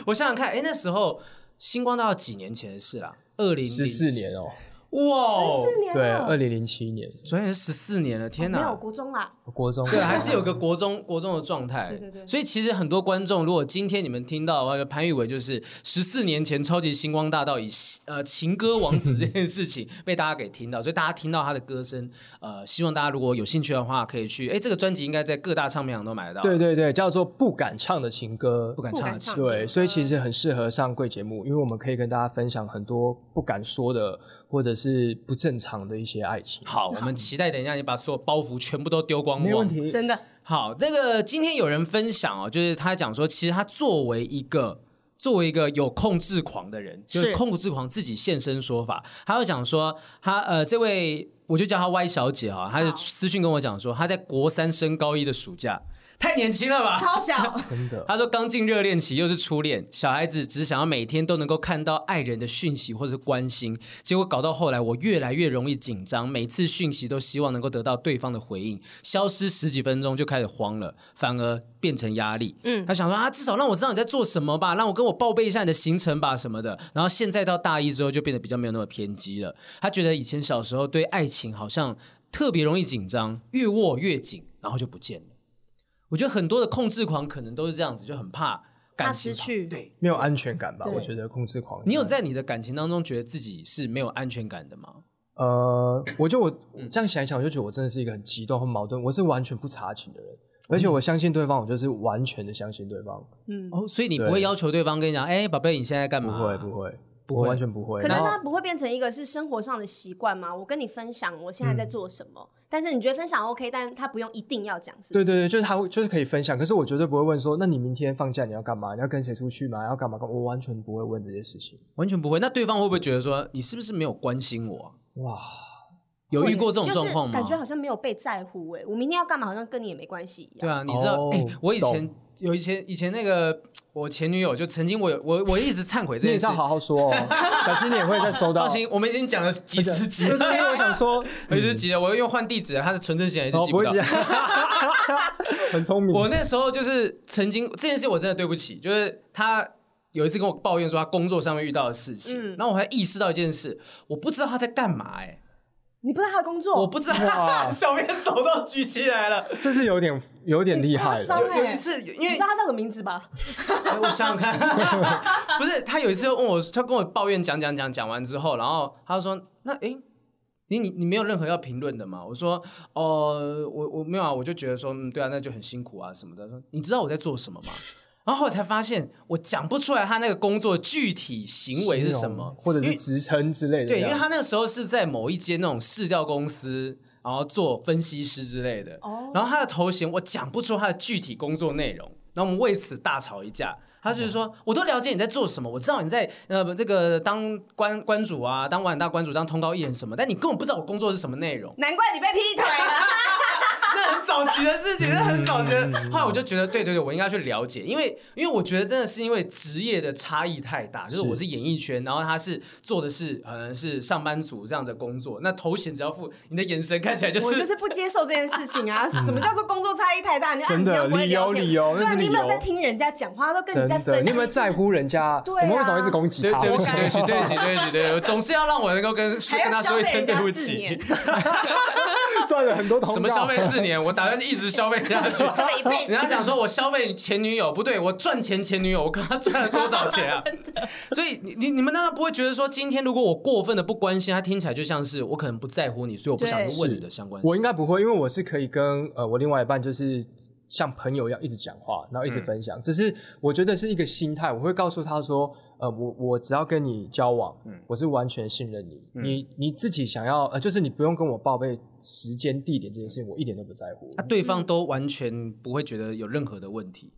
Speaker 2: 我想想看，哎，那时候星光大道几年前的事啦，二零
Speaker 1: 十四，年哦，
Speaker 2: 哇，哦
Speaker 3: 四年
Speaker 1: 对，
Speaker 3: 了，
Speaker 1: 二零零七年，
Speaker 2: 昨天十四年了，天
Speaker 3: 没有
Speaker 2: 哪！
Speaker 3: 国中啦，
Speaker 1: 国中
Speaker 2: 对，还是有个国中国中的状态，
Speaker 3: 对对对
Speaker 2: 所以其实很多观众，如果今天你们听到的话，就潘玉伟就是十四年前《超级星光大道》以呃情歌王子这件事情被大家给听到，所以大家听到他的歌声，呃，希望大家如果有兴趣的话，可以去，哎，这个专辑应该在各大唱片行都买得到。
Speaker 1: 对对对，叫做不敢唱的情歌，
Speaker 2: 不敢
Speaker 3: 不
Speaker 2: 唱
Speaker 3: 敢
Speaker 2: 的
Speaker 3: 唱
Speaker 2: 情
Speaker 3: 情
Speaker 1: 对，
Speaker 3: 歌
Speaker 1: 所以其实很适合上贵节目，因为我们可以跟大家分享很多不敢说的，或者是不正常的一些爱情。
Speaker 2: 好，我们期待等一下你把所有包袱全部都丢光光。
Speaker 1: 题
Speaker 3: 真的
Speaker 2: 好，这个今天有人分享哦，就是他讲说，其实他作为一个作为一个有控制狂的人，就是是控制狂自己现身说法，他就讲说，他呃这位我就叫她 Y 小姐哈，她就
Speaker 3: 好
Speaker 2: 私讯跟我讲说，她在国三升高一的暑假，太年轻了吧，
Speaker 3: 超小，
Speaker 1: 真的，
Speaker 2: 他说刚进热恋期又是初恋，小孩子只想要每天都能够看到爱人的讯息或是关心，结果搞到后来我越来越容易紧张，每次讯息都希望能够得到对方的回应，消失十几分钟就开始慌了，反而变成压力。嗯，他想说啊，至少让我知道你在做什么吧，让我跟我报备一下你的行程吧什么的。然后现在到大一之后就变得比较没有那么偏激了，他觉得以前小时候对爱情好像特别容易紧张，越握越紧，然后就不见了。我觉得很多的控制狂可能都是这样子，就很怕感
Speaker 3: 怕
Speaker 2: 情
Speaker 3: 失
Speaker 2: 吧。
Speaker 3: 去，
Speaker 2: 对
Speaker 1: 没有安全感吧？
Speaker 3: 对
Speaker 1: 我觉得控制狂，
Speaker 2: 你有在你的感情当中觉得自己是没有安全感的吗？
Speaker 1: 呃，我就我
Speaker 2: 嗯
Speaker 1: 这样想一想，我就觉得我真的是一个很极端、很矛盾，我是完全不查情的人，而且我相信对方，我就是完全的相信对方，
Speaker 3: 嗯。
Speaker 2: 哦，所以你不
Speaker 1: 对
Speaker 2: 会要求对方跟你讲，哎，宝贝，你现在在干
Speaker 1: 不
Speaker 2: 嘛？
Speaker 1: 会，不会，
Speaker 2: 不会
Speaker 1: 我完全不会。
Speaker 3: 可是
Speaker 1: 然后
Speaker 3: 它不会变成一个是生活上的习惯吗？我跟你分享我现在
Speaker 2: 嗯
Speaker 3: 在做什么，但是你觉得分享 OK，但他不用一定要讲，是不
Speaker 1: 对
Speaker 3: 是？
Speaker 1: 对对，就是他会，就是可以分享，可是我绝对不会问说，那你明天放假你要干嘛？你要跟谁出去吗？要干嘛？干嘛我完全不会问这些事情。
Speaker 2: 完全不会。那对方会不会觉得说你是不是没有关心我啊？
Speaker 1: 哇，
Speaker 2: 有遇过这种状况
Speaker 3: 就是
Speaker 2: 吗？
Speaker 3: 感觉好像没有被在乎哎、我明天要干嘛好像跟你也没关系一样。
Speaker 2: 对啊，你知道，
Speaker 1: 哦
Speaker 2: 哎、我以前
Speaker 1: 懂
Speaker 2: 有以前以前那个我前女友就曾经我有我我一直忏悔这
Speaker 1: 你也是
Speaker 2: 件事
Speaker 1: 要。好好说 哦，小心你也会再收到。
Speaker 2: 放心，我们已经讲了几十 集
Speaker 1: 对对对，
Speaker 2: 了，
Speaker 1: 我想说，
Speaker 2: 几十集了，我用换地址了，他的存证险也是
Speaker 1: 哦
Speaker 2: 记
Speaker 1: 不会
Speaker 2: 到
Speaker 1: 这。样， 很聪明。
Speaker 2: 我那时候就是曾经这件事，我真的对不起，就是他有一次跟我抱怨说他工作上面遇到的事情，然后我还意识到一件事，我不知道他在干嘛哎、
Speaker 3: 你不知道他的工作，
Speaker 2: 我不知道，
Speaker 1: 哇
Speaker 2: 小编 手都举起来了。
Speaker 1: 这是有点有点厉害
Speaker 3: 夸张
Speaker 1: 的。
Speaker 3: 哎
Speaker 2: 有一次，因
Speaker 3: 你
Speaker 2: 为
Speaker 3: 知道他叫什么名字吧？
Speaker 2: 哎我想想看， 不是他有一次问我，他跟我抱怨讲讲讲讲完之后，然后他就说：“那诶，你你你没有任何要评论的吗？”我说：“哦、我我没有啊，我就觉得说，嗯，对啊，那就很辛苦啊什么的。”他说：“你知道我在做什么吗？”然后我才发现，我讲不出来他那个工作具体行为是什么，
Speaker 1: 或者
Speaker 2: 因
Speaker 1: 是
Speaker 2: 为
Speaker 1: 职称之类的这
Speaker 2: 对，因
Speaker 1: 样？
Speaker 2: 为他那个时候是在某一间那种市调公司，然后做分析师之类的。
Speaker 3: 哦。
Speaker 2: 然后他的头衔我讲不出他的具体工作内容，然后我们为此大吵一架。他就是
Speaker 1: 嗯
Speaker 2: 说，我都了解你在做什么，我知道你在呃这个当官官主啊，当晚大官主，当通告艺人什么，但你根本不知道我工作是什么内容
Speaker 3: 难怪你被劈 腿了。
Speaker 2: 那很早期的事情，那很早期的。后来我就觉得，对对对，我应该去了解，因为因为我觉得真的是因为职业的差异太大，就是
Speaker 1: 是
Speaker 2: 我是演艺圈，然后他是做的是可能是上班族这样的工作，那头衔只要付，你的眼神看起来就是
Speaker 3: 我就是不接受这件事 情啊！什么叫做工作差异太大？你
Speaker 1: 嗯真的
Speaker 3: 啊你又不会聊天
Speaker 1: 理由理由
Speaker 3: 对啊，
Speaker 1: 那是
Speaker 3: 你有没有
Speaker 1: 理由
Speaker 3: 在听人家讲话？他都跟
Speaker 1: 真
Speaker 3: 你在
Speaker 1: 的，
Speaker 3: 分
Speaker 1: 你有没有
Speaker 3: 析，
Speaker 1: 在 乎人家？
Speaker 3: 对啊
Speaker 1: 我们为什么一直攻击
Speaker 2: 对
Speaker 1: 他？
Speaker 2: 对不起，
Speaker 3: 我
Speaker 2: 对不起，对不起，对不起，对不 起，总是要让我能够跟
Speaker 3: 还要
Speaker 2: 跟他
Speaker 3: 消
Speaker 2: 说一
Speaker 3: 费
Speaker 2: 声
Speaker 3: 人
Speaker 2: 对
Speaker 3: 家
Speaker 2: 不
Speaker 3: 四
Speaker 2: 起
Speaker 3: 年。，
Speaker 1: 赚了很多通
Speaker 2: 什么消费四年？我打算一直消费下去，
Speaker 3: 消费一辈 子
Speaker 2: 人家讲说我消费前女友不对，我赚钱前女友，我跟 她赚了多少钱啊？所以你你你们难道不会觉得说，今天如果我过分的不关心，他听起来就像是我可能不在乎你，所以我不想去问你的相关事。
Speaker 1: 我应该不会，因为我是可以跟呃我另外一半就是像朋友一样一直讲话，然后一直分享。只是我觉得是一个心态，我会告诉他说，呃，我我只要跟你交往，我是完全信任你，你你自己想要，呃，就是你不用跟我报备时间地点这件事情，我一点都不在乎。
Speaker 2: 啊，对方都完全不会觉得有任何的问题。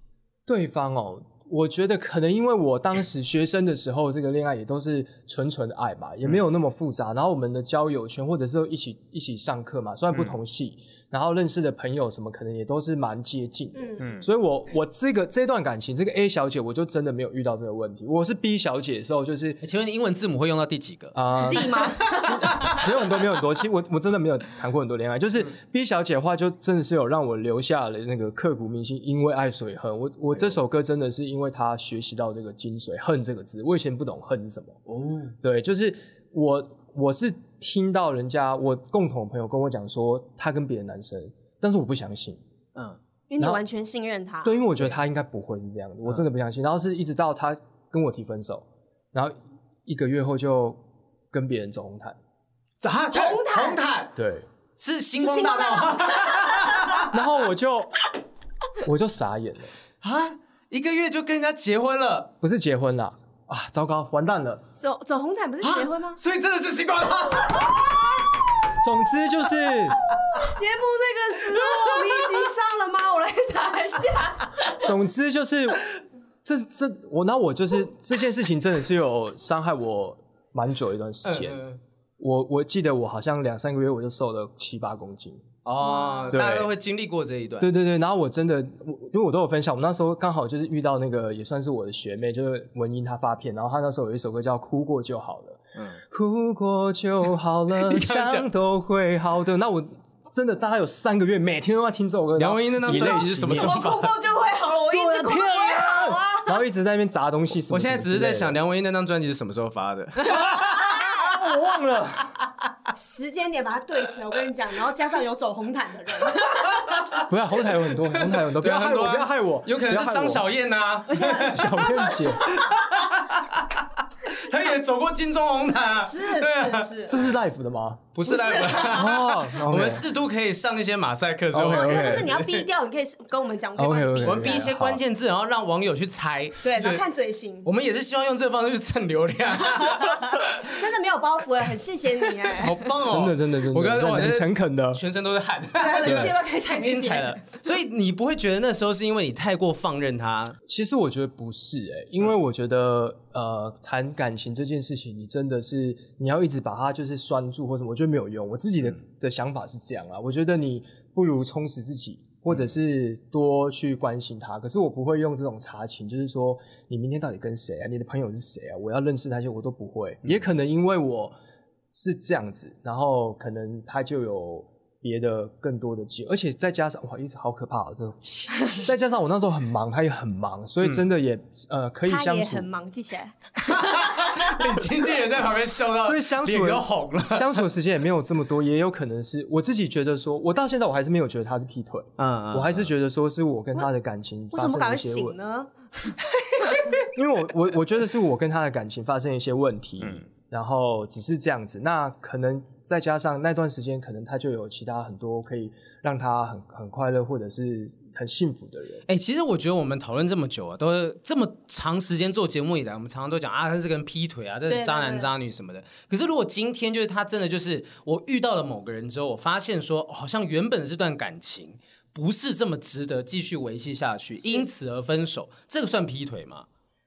Speaker 1: 对方哦。我觉得可能因为我当时学生的时候，这个恋爱也都是纯纯的爱嘛，也没有那么复杂。然后我们的交友圈或者是一起一起上课嘛，虽然不同系，然后认识的朋友什么，可能也都是蛮接近的。
Speaker 3: 嗯，
Speaker 1: 所以我我这个这段感情，这个 A 小姐我就真的没有遇到这个问题。我是 B 小姐的时候，就是
Speaker 2: 哎请问你英文字母会用到第几个？
Speaker 1: 啊、呃
Speaker 3: Z 吗？
Speaker 1: 没有很多，没有很多。其实我我真的没有谈过很多恋爱，就是 B 小姐的话，就真的是有让我留下了那个刻骨铭心，因为爱所以恨。我我这首歌真的是因为她学习到这个精髓，恨这个字，我以前不懂恨是什么。
Speaker 2: 哦，
Speaker 1: 对，就是我我是听到人家我共同的朋友跟我讲说，她跟别的男生，但是我不相信。
Speaker 2: 嗯，
Speaker 3: 因为你完全信任他。
Speaker 1: 对，因为我觉得他应该不会是这样的，我真的不相信。然后是一直到他跟我提分手，然后一个月后就跟别人走红毯。
Speaker 2: 啊，红毯，红毯
Speaker 1: 对，
Speaker 2: 是星光大道吗
Speaker 1: 然后我就我就傻眼了，
Speaker 2: 啊，一个月就跟人家结婚了
Speaker 1: 不是结婚啦，啊，糟糕，完蛋了。
Speaker 3: 走走红毯不是
Speaker 2: 啊
Speaker 3: 结婚吗？
Speaker 2: 所以真的是星光大道。
Speaker 1: 总之就是，
Speaker 3: 节目那个时候你已经上了吗？我来查一下。
Speaker 1: 总之就是，这这我那我就是这件事情真的是有伤害我蛮久一段时间。
Speaker 2: 嗯
Speaker 1: 我我记得我好像两三个月我就瘦了七八公斤。
Speaker 2: 哦，
Speaker 1: 对
Speaker 2: 大家都会经历过这一段。
Speaker 1: 对对对，然后我真的，我因为我都有分享，我们那时候刚好就是遇到那个也算是我的学妹，就是文英她发片，然后她那时候有一首歌叫《哭过就好了》，
Speaker 2: 嗯
Speaker 1: 哭过就好了，
Speaker 2: 你刚刚讲
Speaker 1: 想都会好的。那我真的大概有三个月，每天都在听这首歌。
Speaker 2: 梁文音的那
Speaker 1: 一
Speaker 2: 首
Speaker 1: 类
Speaker 2: 歌是什么
Speaker 3: 我哭过就会好了，我一直哭都会好啊。
Speaker 1: 然后一直在那边砸东西什么。
Speaker 2: 我现在只是在想，
Speaker 1: 什么
Speaker 2: 梁文音那张专辑是什么时候发 的？
Speaker 1: 之类的，我忘了。
Speaker 3: 时间点把它对齐，我跟你讲，然后加上有走红毯 的人，
Speaker 1: 不要，红毯有很多，红毯有很多，不
Speaker 2: 对
Speaker 1: 要
Speaker 2: 啊，
Speaker 1: 害
Speaker 2: 很多
Speaker 1: 我，
Speaker 2: 啊
Speaker 1: 不要害我，
Speaker 2: 有可能是张小燕啊呐，
Speaker 3: 而且
Speaker 1: 不要害我 小燕姐，
Speaker 2: 她也走过金钟红毯啊，
Speaker 3: 是
Speaker 2: 对啊
Speaker 3: 是
Speaker 1: 这
Speaker 3: 是，
Speaker 1: 是 life 的吗？
Speaker 2: 不是啦，
Speaker 1: 哦，
Speaker 2: 我
Speaker 1: OK
Speaker 2: 们试图可以上一些马赛克之后，
Speaker 1: OK，OK
Speaker 3: 哦但是你要逼掉，你可以跟我们讲，我可以帮你
Speaker 1: OK，OK
Speaker 2: 我们逼一些关键字，然后让网友去猜。
Speaker 3: 对，然
Speaker 2: 就
Speaker 3: 后
Speaker 2: 是
Speaker 3: 看嘴型，
Speaker 2: 我们也是希望用这方式去蹭流量，
Speaker 3: 真的没有包袱哎，很谢谢 你 哎
Speaker 2: 好，棒哦！
Speaker 1: 真的真的真的，
Speaker 2: 我刚才我
Speaker 1: 很
Speaker 2: 在
Speaker 1: 诚恳的，
Speaker 2: 全身都是 汗，
Speaker 3: 对，你是要不要开
Speaker 2: 太
Speaker 3: 场
Speaker 2: 精彩了。所以你不会觉得那时候是因为你太过放任他，
Speaker 1: 其实我觉得不是哎、因为我觉得呃，谈感情这件事情，你真的是你要一直把它就是拴住或什么，我觉得没有用。我自己的、的想法是这样啊，我觉得你不如充实自己，或者是多去关心他。可是我不会用这种查情，就是说你明天到底跟谁啊，你的朋友是谁啊，我要认识那些我都不会。也可能因为我是这样子，然后可能他就有。别的更多的机会，而且再加上哇，一直好可怕啊！真的，再加上我那时候很忙，他也很忙，
Speaker 2: 嗯
Speaker 1: 所以真的也、呃可以
Speaker 3: 他
Speaker 1: 相
Speaker 3: 也
Speaker 1: 处
Speaker 3: 很，忙，记起来。
Speaker 2: 你经纪人在旁边笑到，
Speaker 1: 所以相
Speaker 2: 脸
Speaker 1: 处
Speaker 2: 都红了。
Speaker 1: 相处的时间也没有这么多，也有可能是我自己觉得说，我到现在我还是没有觉得他是劈腿，
Speaker 2: 嗯嗯
Speaker 1: 我还是觉得说是我跟他的感情发
Speaker 3: 为什么不
Speaker 1: 生
Speaker 3: 赶
Speaker 1: 了
Speaker 3: 快
Speaker 1: 一些
Speaker 3: 醒
Speaker 1: 问，
Speaker 3: 呢？
Speaker 1: 因为我我我觉得是我跟他的感情发生了一些问题，
Speaker 2: 嗯
Speaker 1: 然后只是这样子，那可能再加上那段时间，可能他就有其他很多可以让他很很快乐或者是很幸福的人。
Speaker 2: 哎、其实我觉得我们讨论这么久啊，都是这么长时间做节目以来，我们常常都讲啊，他这个人劈腿啊，这
Speaker 3: 对
Speaker 2: 是
Speaker 3: 对
Speaker 2: 渣男
Speaker 3: 对
Speaker 2: 渣女什么的。可是如果今天就是他真的就是我遇到了某个人之后，我发现说、哦好像原本的这段感情不是这么值得继续维系下去，因此而分手，这个算劈腿吗？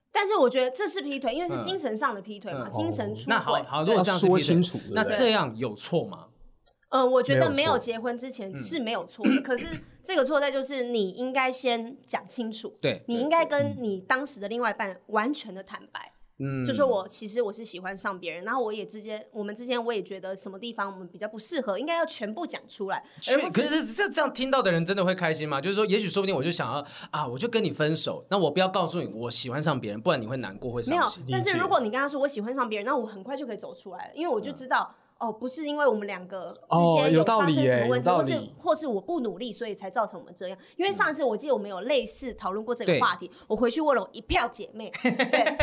Speaker 3: 但是我觉得这是劈腿，因为是精神上的劈腿嘛，
Speaker 2: 嗯
Speaker 3: 精神出轨。
Speaker 2: 那好好，如果这样是
Speaker 1: 要说
Speaker 2: 劈腿，
Speaker 1: 清楚对不对
Speaker 2: 那这样有错吗？
Speaker 3: 嗯，我觉得没
Speaker 1: 没有
Speaker 3: 有
Speaker 1: 错
Speaker 3: 结婚之前
Speaker 2: 嗯
Speaker 3: 是没有错的，可是这个错在就是你应该先讲清楚，
Speaker 2: 对，
Speaker 3: 你应该跟你当时的另外一半完全的坦白，
Speaker 2: 嗯
Speaker 3: 就说我其实我是喜欢上别人，然后我也之间我们之间我也觉得什么地方我们比较不适合，应该要全部讲出来，而
Speaker 2: 确
Speaker 3: 不
Speaker 2: 可
Speaker 3: 是
Speaker 2: 是这这样听到的人真的会开心吗？就是说，也许说不定我就想要啊，我就跟你分手，那我不要告诉你我喜欢上别人，不然你会难过会
Speaker 3: 没有
Speaker 2: 伤心。。
Speaker 3: 但
Speaker 1: 理
Speaker 3: 是
Speaker 1: 解
Speaker 3: 如果你跟他说我喜欢上别人，那我很快就可以走出来了，因为我就知道。哦，不是因为我们两个之
Speaker 1: 嗯哦
Speaker 3: 间
Speaker 1: 有道
Speaker 3: 发
Speaker 1: 理
Speaker 3: 生什
Speaker 1: 耶
Speaker 3: 么问
Speaker 1: 有
Speaker 3: 题，
Speaker 1: 道
Speaker 3: 或是
Speaker 1: 理嗯
Speaker 3: 或是我不努力，所以才造成我们这样。因为上一次我记得我们有类似讨论过这个
Speaker 2: 对
Speaker 3: 话题，我回去问了我一票姐 妹，对，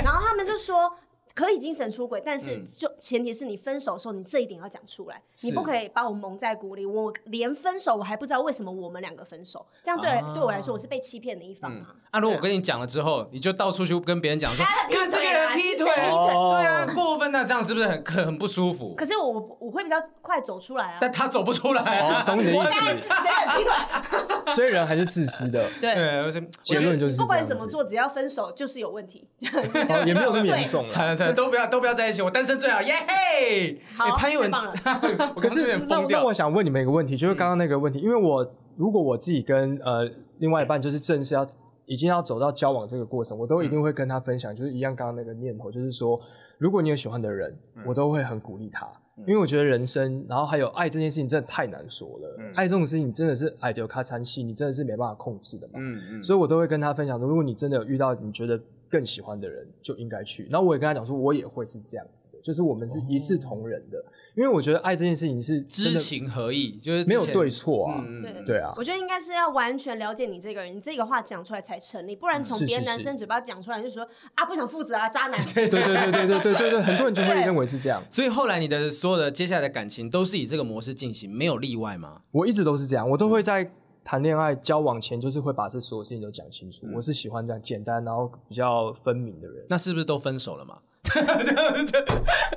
Speaker 3: 然后他们就说可以精神出轨，但
Speaker 1: 嗯
Speaker 3: 是就前提是你分手的时候，你这一点要讲出来，你不可以把我蒙在鼓里。我连分手我还不知道为什么我们两个分手，这样对、
Speaker 2: 啊
Speaker 3: 对我来说我是被欺骗的一方
Speaker 1: 嗯
Speaker 3: 啊。
Speaker 2: 啊，如果我跟你讲了之后，你就到处去跟别人讲说，看这个人劈腿，
Speaker 3: 谁劈腿
Speaker 1: 哦
Speaker 2: 对啊，过分啊，这样是不是很很很不舒服
Speaker 3: 可？是我我我会比较快走出来啊。
Speaker 2: 但他走不出来
Speaker 1: 哦
Speaker 2: 啊，
Speaker 1: 懂你的意
Speaker 3: 我
Speaker 1: 思
Speaker 3: 在谁很劈腿？
Speaker 1: 所以人还是自私的，
Speaker 2: 对，我是
Speaker 1: 结论就是这样子
Speaker 3: 不管怎么做，只要分手就是有问 题，这样你就
Speaker 1: 哦
Speaker 3: 是
Speaker 1: 也没有
Speaker 3: 有
Speaker 1: 那么
Speaker 3: 罪
Speaker 1: 严重
Speaker 2: 惨
Speaker 1: 了。
Speaker 2: 了惨了，都不要都不要在一起，我单身最好，耶嘿！
Speaker 3: 好
Speaker 2: 哎潘越文
Speaker 3: 太棒 了，
Speaker 2: 我
Speaker 1: 可
Speaker 2: 刚刚有
Speaker 1: 是
Speaker 2: 点
Speaker 1: 那
Speaker 2: 疯
Speaker 1: 那
Speaker 2: 掉
Speaker 1: 我。想问你们一个问题，就是刚刚那个问题，因为我如果我自己跟呃另外一半就是正式要已经要走到交往这个过程，我都一定会跟他分享，就是一样刚刚那个念头，就是说，如果你有喜欢的人，
Speaker 2: 嗯
Speaker 1: 我都会很鼓励他。因为我觉得人生，然后还有爱这件事情真的太难说了。
Speaker 2: 嗯
Speaker 1: 爱这种事情真的是爱丢卡餐戏，你真的是没办法控制的嘛。
Speaker 2: 嗯嗯，
Speaker 1: 所以我都会跟他分享说，如果你真的有遇到你觉得更喜欢的人，就应该去。然后我也跟他讲说，我也会是这样子的，就是我们是一视同仁的，因为我觉得爱这件事情是真
Speaker 2: 知
Speaker 1: 的
Speaker 2: 情合意，就是之
Speaker 1: 没有
Speaker 2: 前
Speaker 1: 对，错啊，
Speaker 2: 嗯嗯
Speaker 3: 对
Speaker 1: 对啊
Speaker 3: 我觉得应该是要完全了解你这个人，你这个话讲出来才成立，不然从
Speaker 1: 嗯是
Speaker 3: 别的
Speaker 1: 是
Speaker 3: 男
Speaker 1: 是
Speaker 3: 生嘴巴讲出来就说啊不想负责啊渣男，
Speaker 1: 对对对对对对对对，很多人就会
Speaker 3: 对
Speaker 1: 认为是这样。
Speaker 2: 所以后来你的所有的接下来的感情都是以这个模式进行，没有例外吗？
Speaker 1: 我一直都是这样，我都会在谈恋爱交往前，就是会把这所有事情都讲清
Speaker 2: 嗯
Speaker 1: 楚。我是喜欢这样简单，然后比较分明的人。
Speaker 2: 那是不是都分手了嘛？
Speaker 1: 是，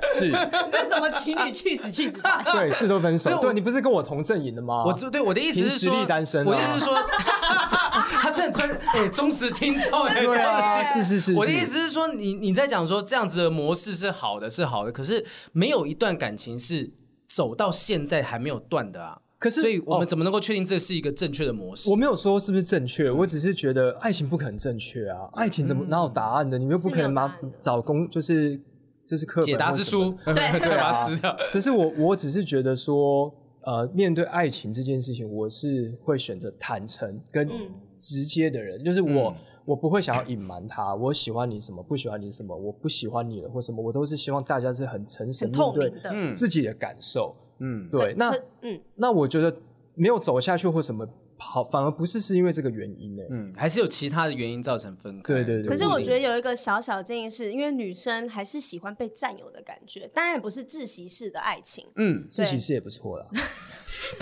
Speaker 3: 这是什么情侣去死去死团？
Speaker 1: 对，是都分
Speaker 2: 没
Speaker 1: 手
Speaker 2: 有。
Speaker 1: 对你不是跟我同阵营的吗？
Speaker 2: 我知对我的意思是
Speaker 1: 哦凭实
Speaker 2: 说，
Speaker 1: 力单身啊
Speaker 2: 我的意思是说， 他真的专哎忠实听众，哎
Speaker 1: 对啊，
Speaker 3: 耶
Speaker 1: 是是是。
Speaker 2: 我的
Speaker 1: 是
Speaker 2: 意思是说，你你在讲说这样子的模式是好的，是好的，可是没有一段感情是走到现在还没有断的啊。
Speaker 1: 可是
Speaker 2: 所以我们
Speaker 1: 哦
Speaker 2: 怎么能够确定这是一个正确的模式？
Speaker 1: 我没有说是不是正确，我只是觉得爱情不可能正确啊，爱情怎么哪有答案的？你又不可能
Speaker 3: 是
Speaker 1: 拿
Speaker 3: 没有答案的
Speaker 1: 找工就是就是课本
Speaker 2: 解答
Speaker 1: 或
Speaker 2: 之
Speaker 1: 什么啊
Speaker 2: 书，对
Speaker 3: 对
Speaker 2: 这个 把它撕掉。
Speaker 1: 的。只是我我只是觉得说，呃，面对爱情这件事情，我是会选择坦诚跟
Speaker 3: 嗯
Speaker 1: 直接的人，就是
Speaker 2: 嗯
Speaker 1: 我。我不会想要隐瞒他，我喜欢你什么，不喜欢你什么，我不喜欢你了或什么，我都是希望大家是很诚实
Speaker 3: 很透
Speaker 1: 面对
Speaker 3: 明的，
Speaker 2: 嗯
Speaker 1: 自己的感受。
Speaker 2: 嗯，
Speaker 1: 对，那
Speaker 3: 可嗯，
Speaker 1: 那我觉得没有走下去或什么好，反而不是是因为这个原因呢、
Speaker 2: 嗯，还是有其他的原因造成分开。
Speaker 1: 对对对
Speaker 3: 可是我觉
Speaker 2: 得
Speaker 3: 得有一个小小建议是，因为女生还是喜欢被占有的感觉，当然不是窒息式的爱情。
Speaker 1: 自习室也不错啦。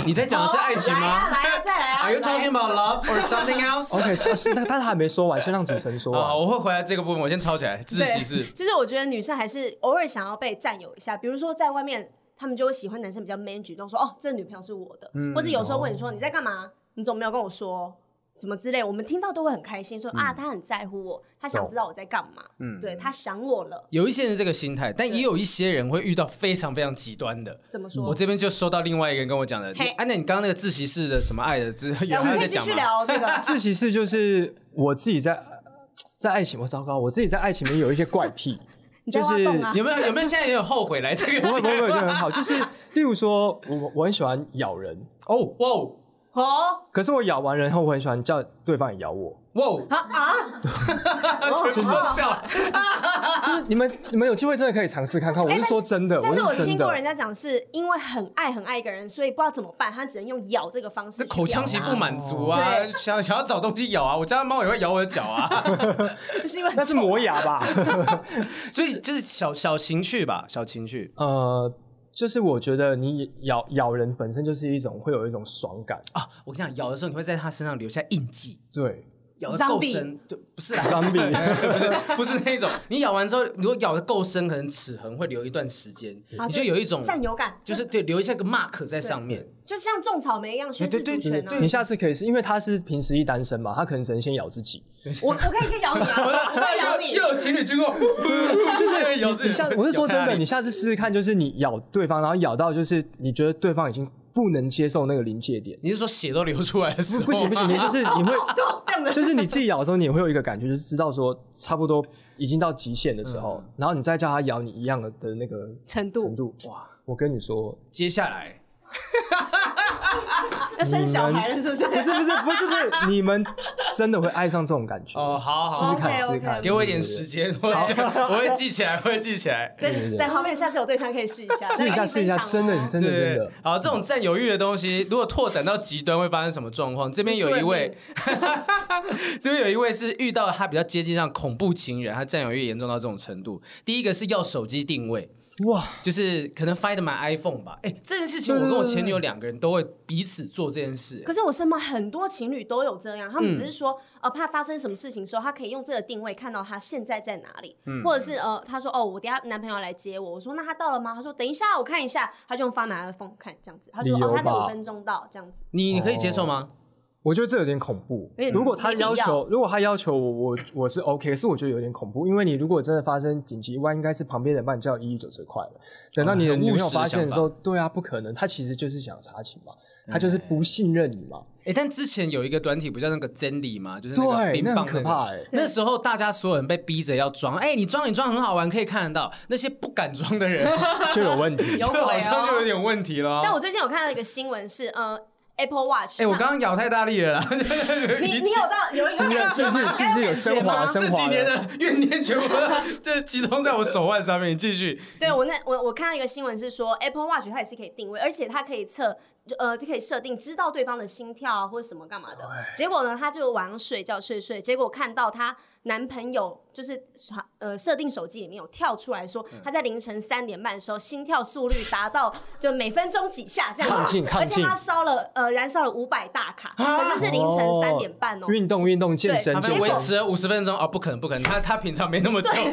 Speaker 2: 你在讲的是爱情
Speaker 3: 来
Speaker 2: 吗
Speaker 3: 啊来啊，再来啊
Speaker 2: ？Are you talking
Speaker 3: 来
Speaker 2: about love or something else？
Speaker 1: OK，所以是但但他还没说完，先让主持人说完。
Speaker 2: 好，我会回来这个部分，我先抄起来。自
Speaker 3: 对，
Speaker 2: 习室，
Speaker 3: 就是我觉得女生还是偶尔想要被占有一下，比如说在外面，她们就会喜欢男生比较 man 举动，说哦，这女朋友是我的，
Speaker 2: 嗯
Speaker 3: 或者有时候
Speaker 2: 哦
Speaker 3: 问你说、你在干嘛，你怎么没有跟我说？什么之类，我们听到都会很开心，说、啊，
Speaker 2: 嗯
Speaker 3: 他很在乎我，他想
Speaker 1: 懂，
Speaker 3: 知道我在干嘛，对他想我了，
Speaker 2: 有一些人这个心态，但也有一些人会遇到非常非常极端的。
Speaker 3: 怎么说？
Speaker 2: 我这边就收到另外一个人跟我讲的，
Speaker 3: 嘿
Speaker 2: 哎、啊，那你刚刚那个自习室的什么爱的，这有
Speaker 3: 哎我们
Speaker 2: 人
Speaker 3: 可
Speaker 2: 在
Speaker 3: 以继
Speaker 2: 讲
Speaker 3: 续
Speaker 2: 吗？
Speaker 3: 聊这个
Speaker 1: 自习室就是我自己在在爱情，我糟糕，我自己在爱情里面有一些怪癖，
Speaker 3: 你在挖
Speaker 1: 就是
Speaker 3: 洞啊？
Speaker 2: 有没有有没有现在也有后悔来这个？
Speaker 1: 不会不会，不会，就很好。就是例如说，我我很喜欢咬人，
Speaker 2: 哦哇哦
Speaker 3: 哦，
Speaker 1: 可是我咬完人后，我很喜欢叫对方也咬我。
Speaker 2: 哇哦，
Speaker 3: 啊 哦啊！
Speaker 2: 全部都笑了。
Speaker 1: 就是你们你们有机会真的可以尝试看看。我
Speaker 3: 哎
Speaker 1: 是说真的，
Speaker 3: 但是
Speaker 1: 我
Speaker 3: 我
Speaker 1: 是真
Speaker 3: 听过人
Speaker 1: 的。
Speaker 3: 家讲，是因为很爱很爱一个人，所以不知道怎么办，他只能用咬这个方式
Speaker 2: 这
Speaker 3: 去
Speaker 2: 口腔
Speaker 3: 表
Speaker 2: 期
Speaker 3: 达
Speaker 2: 不满足啊，
Speaker 3: 对
Speaker 2: 想想要找东西咬啊，我家的猫也会咬我的脚啊，
Speaker 3: 是因为
Speaker 1: 那是磨牙吧？
Speaker 2: 所以就是小小情绪吧，小情绪。
Speaker 1: 呃，就是我觉得你咬咬人本身就是一种会有一种爽感，
Speaker 2: 啊，我跟你讲，咬的时候你会在它身上留下印记，
Speaker 1: 对，
Speaker 2: 咬的够
Speaker 3: Zombie
Speaker 2: 深，对，不是啦
Speaker 1: Zombie
Speaker 2: 不是不是那一种，你咬完之后，如果咬的够深，可能齿痕会留一段时间，
Speaker 3: 啊
Speaker 2: 你就有一种
Speaker 3: 占有感，
Speaker 2: 就是对留一下个 mark 在上 面，
Speaker 3: 就像种草莓一样宣
Speaker 2: 对
Speaker 3: 示
Speaker 2: 对
Speaker 3: 主
Speaker 2: 对
Speaker 3: 权
Speaker 2: 对
Speaker 1: 你
Speaker 3: 啊！
Speaker 1: 下次可以是因为他是凭实力单身嘛，他可能只能先咬自 己。
Speaker 3: 我我可以先咬你啊，我可以咬你，
Speaker 2: 有情侣经过，
Speaker 1: 就是
Speaker 2: 咬自己
Speaker 1: 你你下，我是说真
Speaker 2: 咬他
Speaker 1: 的，你下次试试看，就是你咬对方，然后咬到就是你觉得对方已经不能接受那个临界点，
Speaker 2: 你是说血都流出来的时候
Speaker 1: 不行不行，你就是你会。
Speaker 3: 哦就这样子。
Speaker 1: 就是你自己咬的时候，你也会有一个感觉，就是知道说差不多已经到极限的时候，
Speaker 2: 嗯
Speaker 1: 然后你再叫他咬你一样的的那个
Speaker 3: 程度
Speaker 1: 程度。哇，我跟你说，
Speaker 2: 接下来
Speaker 3: 要生小孩了是不是？
Speaker 1: 嗯 不是不是不是不是，你们真的会爱上这种感觉。
Speaker 2: 哦，好
Speaker 1: 试
Speaker 2: 好
Speaker 1: 试
Speaker 2: 好，
Speaker 1: 看，
Speaker 3: OK，OK，
Speaker 1: 试试看，
Speaker 2: 给我一点时间，我我会记起来，我会记起来。
Speaker 3: 等等，后面下次有对象可以试一下，
Speaker 1: 试一
Speaker 3: 再跟
Speaker 1: 下，
Speaker 3: 你
Speaker 1: 试一下，真
Speaker 3: 分享
Speaker 1: 的，
Speaker 3: 哦
Speaker 1: 你真的真
Speaker 2: 对
Speaker 1: 的，，
Speaker 2: 好，这种占有欲的东西， 如果拓展到极端，会发生什么状况？这边有一位， 这边有一位是遇到他比较接近像恐怖情人，他占有欲严重到这种程度。第一个是要手机定位，
Speaker 1: 哇，
Speaker 2: 就是可能 Find My iPhone 吧。哎、这件事情我
Speaker 1: 对对对
Speaker 2: 跟我前女友两个人都会彼此做这件事。
Speaker 3: 可是我身边很多情侣都有这样，他们
Speaker 1: 嗯
Speaker 3: 只是说，呃，怕发生什么事情的时候，他可以用这个定位看到他现在在哪里，
Speaker 1: 嗯
Speaker 3: 或者是呃，他说哦，我等一下男朋友来接我，我说那他到了吗？他说等一下，我看一下，他就用发买 iPhone 看这样子，他就
Speaker 1: 理
Speaker 3: 说
Speaker 1: 由
Speaker 3: 哦，他在
Speaker 1: 吧哦
Speaker 3: 五分钟到这样子，
Speaker 2: 你你可以接受吗？
Speaker 1: 我觉得这有点恐怖
Speaker 3: 有点。
Speaker 1: 如果他
Speaker 3: 没必
Speaker 1: 要
Speaker 3: 要
Speaker 1: 求，如果他要求我，我我是 OK，可是我觉得有点恐怖，因为你如果真的发生紧急意外，应该是旁边人帮你叫一一九最快了。等到你
Speaker 2: 哦
Speaker 1: 的
Speaker 2: 很务
Speaker 1: 女朋友
Speaker 2: 实的
Speaker 1: 发现
Speaker 2: 想
Speaker 1: 的时候，对啊，不可能，他其实就是想查寝嘛，他
Speaker 2: 嗯
Speaker 1: 就是不信任你 嘛。
Speaker 2: 哎、但之前有一个短体不叫那个 Zenly 吗？就是那个
Speaker 1: 对
Speaker 2: 冰
Speaker 1: 那很
Speaker 2: 棒、那
Speaker 1: 可
Speaker 2: 个
Speaker 1: 怕哎
Speaker 2: 那时候大家所有人被逼着要装，哎、你装你装很好玩，可以看得到。那些不敢装的人，
Speaker 1: 就有问题。
Speaker 3: 有鬼
Speaker 2: 就好像就有
Speaker 3: 哦。
Speaker 2: 点问题了哦。
Speaker 3: 但我最近有看到一个新闻是，呃，Apple Watch，
Speaker 2: 哎、我
Speaker 3: 它
Speaker 2: 刚刚咬太大力了 啦！
Speaker 3: 你你有到有一
Speaker 1: 是不
Speaker 3: 个
Speaker 1: 是
Speaker 3: 感
Speaker 1: 是不
Speaker 3: 觉吗？
Speaker 1: 是是不
Speaker 3: 你
Speaker 1: 是有
Speaker 3: 感觉
Speaker 1: 升
Speaker 3: 吗
Speaker 1: 华？
Speaker 2: 这
Speaker 1: 升
Speaker 2: 几
Speaker 1: 华
Speaker 2: 年
Speaker 1: 了？
Speaker 2: 的怨念全部都就集中在我手腕上面。你继 续，
Speaker 3: 对我那我我看到一个新闻是说，Apple Watch 它也是可以定位，而且它可以测，就呃，就可以设定知道对方的心跳啊或者什么干嘛的。结果呢，她就晚上睡觉睡睡，结果看到她男朋友就是呃设定手机里面有跳出来说，
Speaker 1: 嗯
Speaker 3: 他在凌晨三点半的时候心跳速率达到就每分钟几下这样
Speaker 1: 亢
Speaker 3: 子
Speaker 1: 进，
Speaker 3: 而
Speaker 1: 亢
Speaker 3: 且
Speaker 1: 进啊
Speaker 3: 他烧了呃燃烧了五百大卡，可是是凌晨三点半哦。
Speaker 1: 运动运动健身
Speaker 2: 他
Speaker 3: 对
Speaker 2: 们
Speaker 1: 健
Speaker 2: 维
Speaker 1: 身。
Speaker 2: 持了五十分钟哦，不可能，不可能，他他平常没那么久。
Speaker 3: 结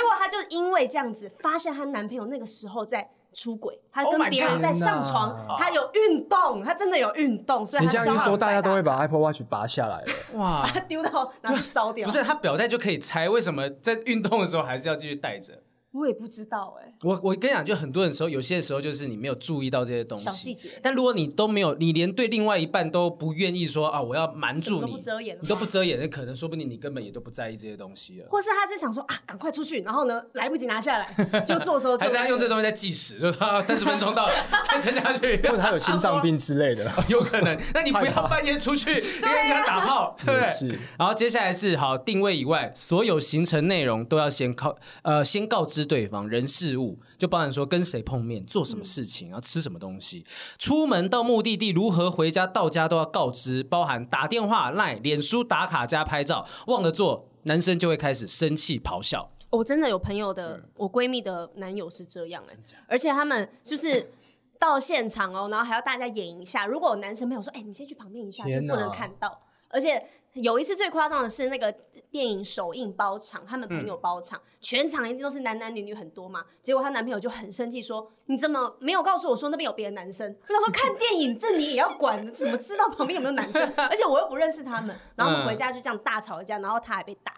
Speaker 3: 果她就因为这样子，发现她男朋友那个时候在出轨，她
Speaker 2: Oh
Speaker 3: 跟
Speaker 2: my
Speaker 3: 别人在上床
Speaker 1: God，
Speaker 3: 她有运动，她真的有运动，所以
Speaker 1: 你
Speaker 3: 她
Speaker 1: 这样一
Speaker 3: 烧
Speaker 1: 说，
Speaker 3: 了
Speaker 1: 大家都会把 Apple Watch 拔下来了。
Speaker 2: 哇，
Speaker 3: 她丢到拿去烧掉。
Speaker 2: 不是，他表带就可以拆，为什么在运动的时候还是要继续戴着？
Speaker 3: 我也不知道哎，
Speaker 2: 我我跟你讲，就很多人时候，有些时候就是你没有注意到这些东西，
Speaker 3: 小细节
Speaker 2: 但如果你都没有，你连对另外一半都不愿意说啊，我要瞒
Speaker 3: 什
Speaker 2: 住
Speaker 3: 么都
Speaker 2: 你，
Speaker 3: 不遮掩的
Speaker 2: 你都不遮掩，那可能说不定你根本也都不在意这些东西了。
Speaker 3: 或是她是想说啊，赶快出去，然后呢来不及拿下来，就做的时候就
Speaker 2: 还是他用这东西在计时，就是啊三十分钟到了， 再撑下去，
Speaker 1: 或者他有心脏病之类的，
Speaker 2: 有可能。那你不
Speaker 1: 害
Speaker 2: 要
Speaker 1: 怕
Speaker 2: 半夜出去跟人家打炮， 对不
Speaker 1: 也
Speaker 2: 对？
Speaker 1: 是。
Speaker 2: 啊然后接下来是好定位以外，所有行程内容都要先靠呃先告知对方人事物，就包含说跟谁碰面、做什么事情、然后吃什么东西、出门到目的地、如何回家、到家都要告知，包含打电话、赖、脸书打卡加拍照，忘了做，男生就会开始生气咆哮。
Speaker 3: 我哦真的有朋友的，
Speaker 1: 嗯
Speaker 3: 我闺蜜的男友是这样哎、而且他们就是到现场哦，然后还要大家演一下。如果有男生朋友说：“哎、你先去旁边一下，就
Speaker 1: 天
Speaker 3: 不
Speaker 1: 哪
Speaker 3: 能看到。”而且有一次最夸张的是那个电影首映包场，他们朋
Speaker 1: 嗯
Speaker 3: 友包场，全场一定都是男男女女很多嘛。结果她男朋友就很生气说：“你怎么没有告诉我说那边有别的男生？”我想说看电影这你也要管，你怎 么知道旁边有没有男生？而且我又不认识他们。然后我
Speaker 2: 嗯
Speaker 3: 们 回家就这样大吵一架，然后他还被打。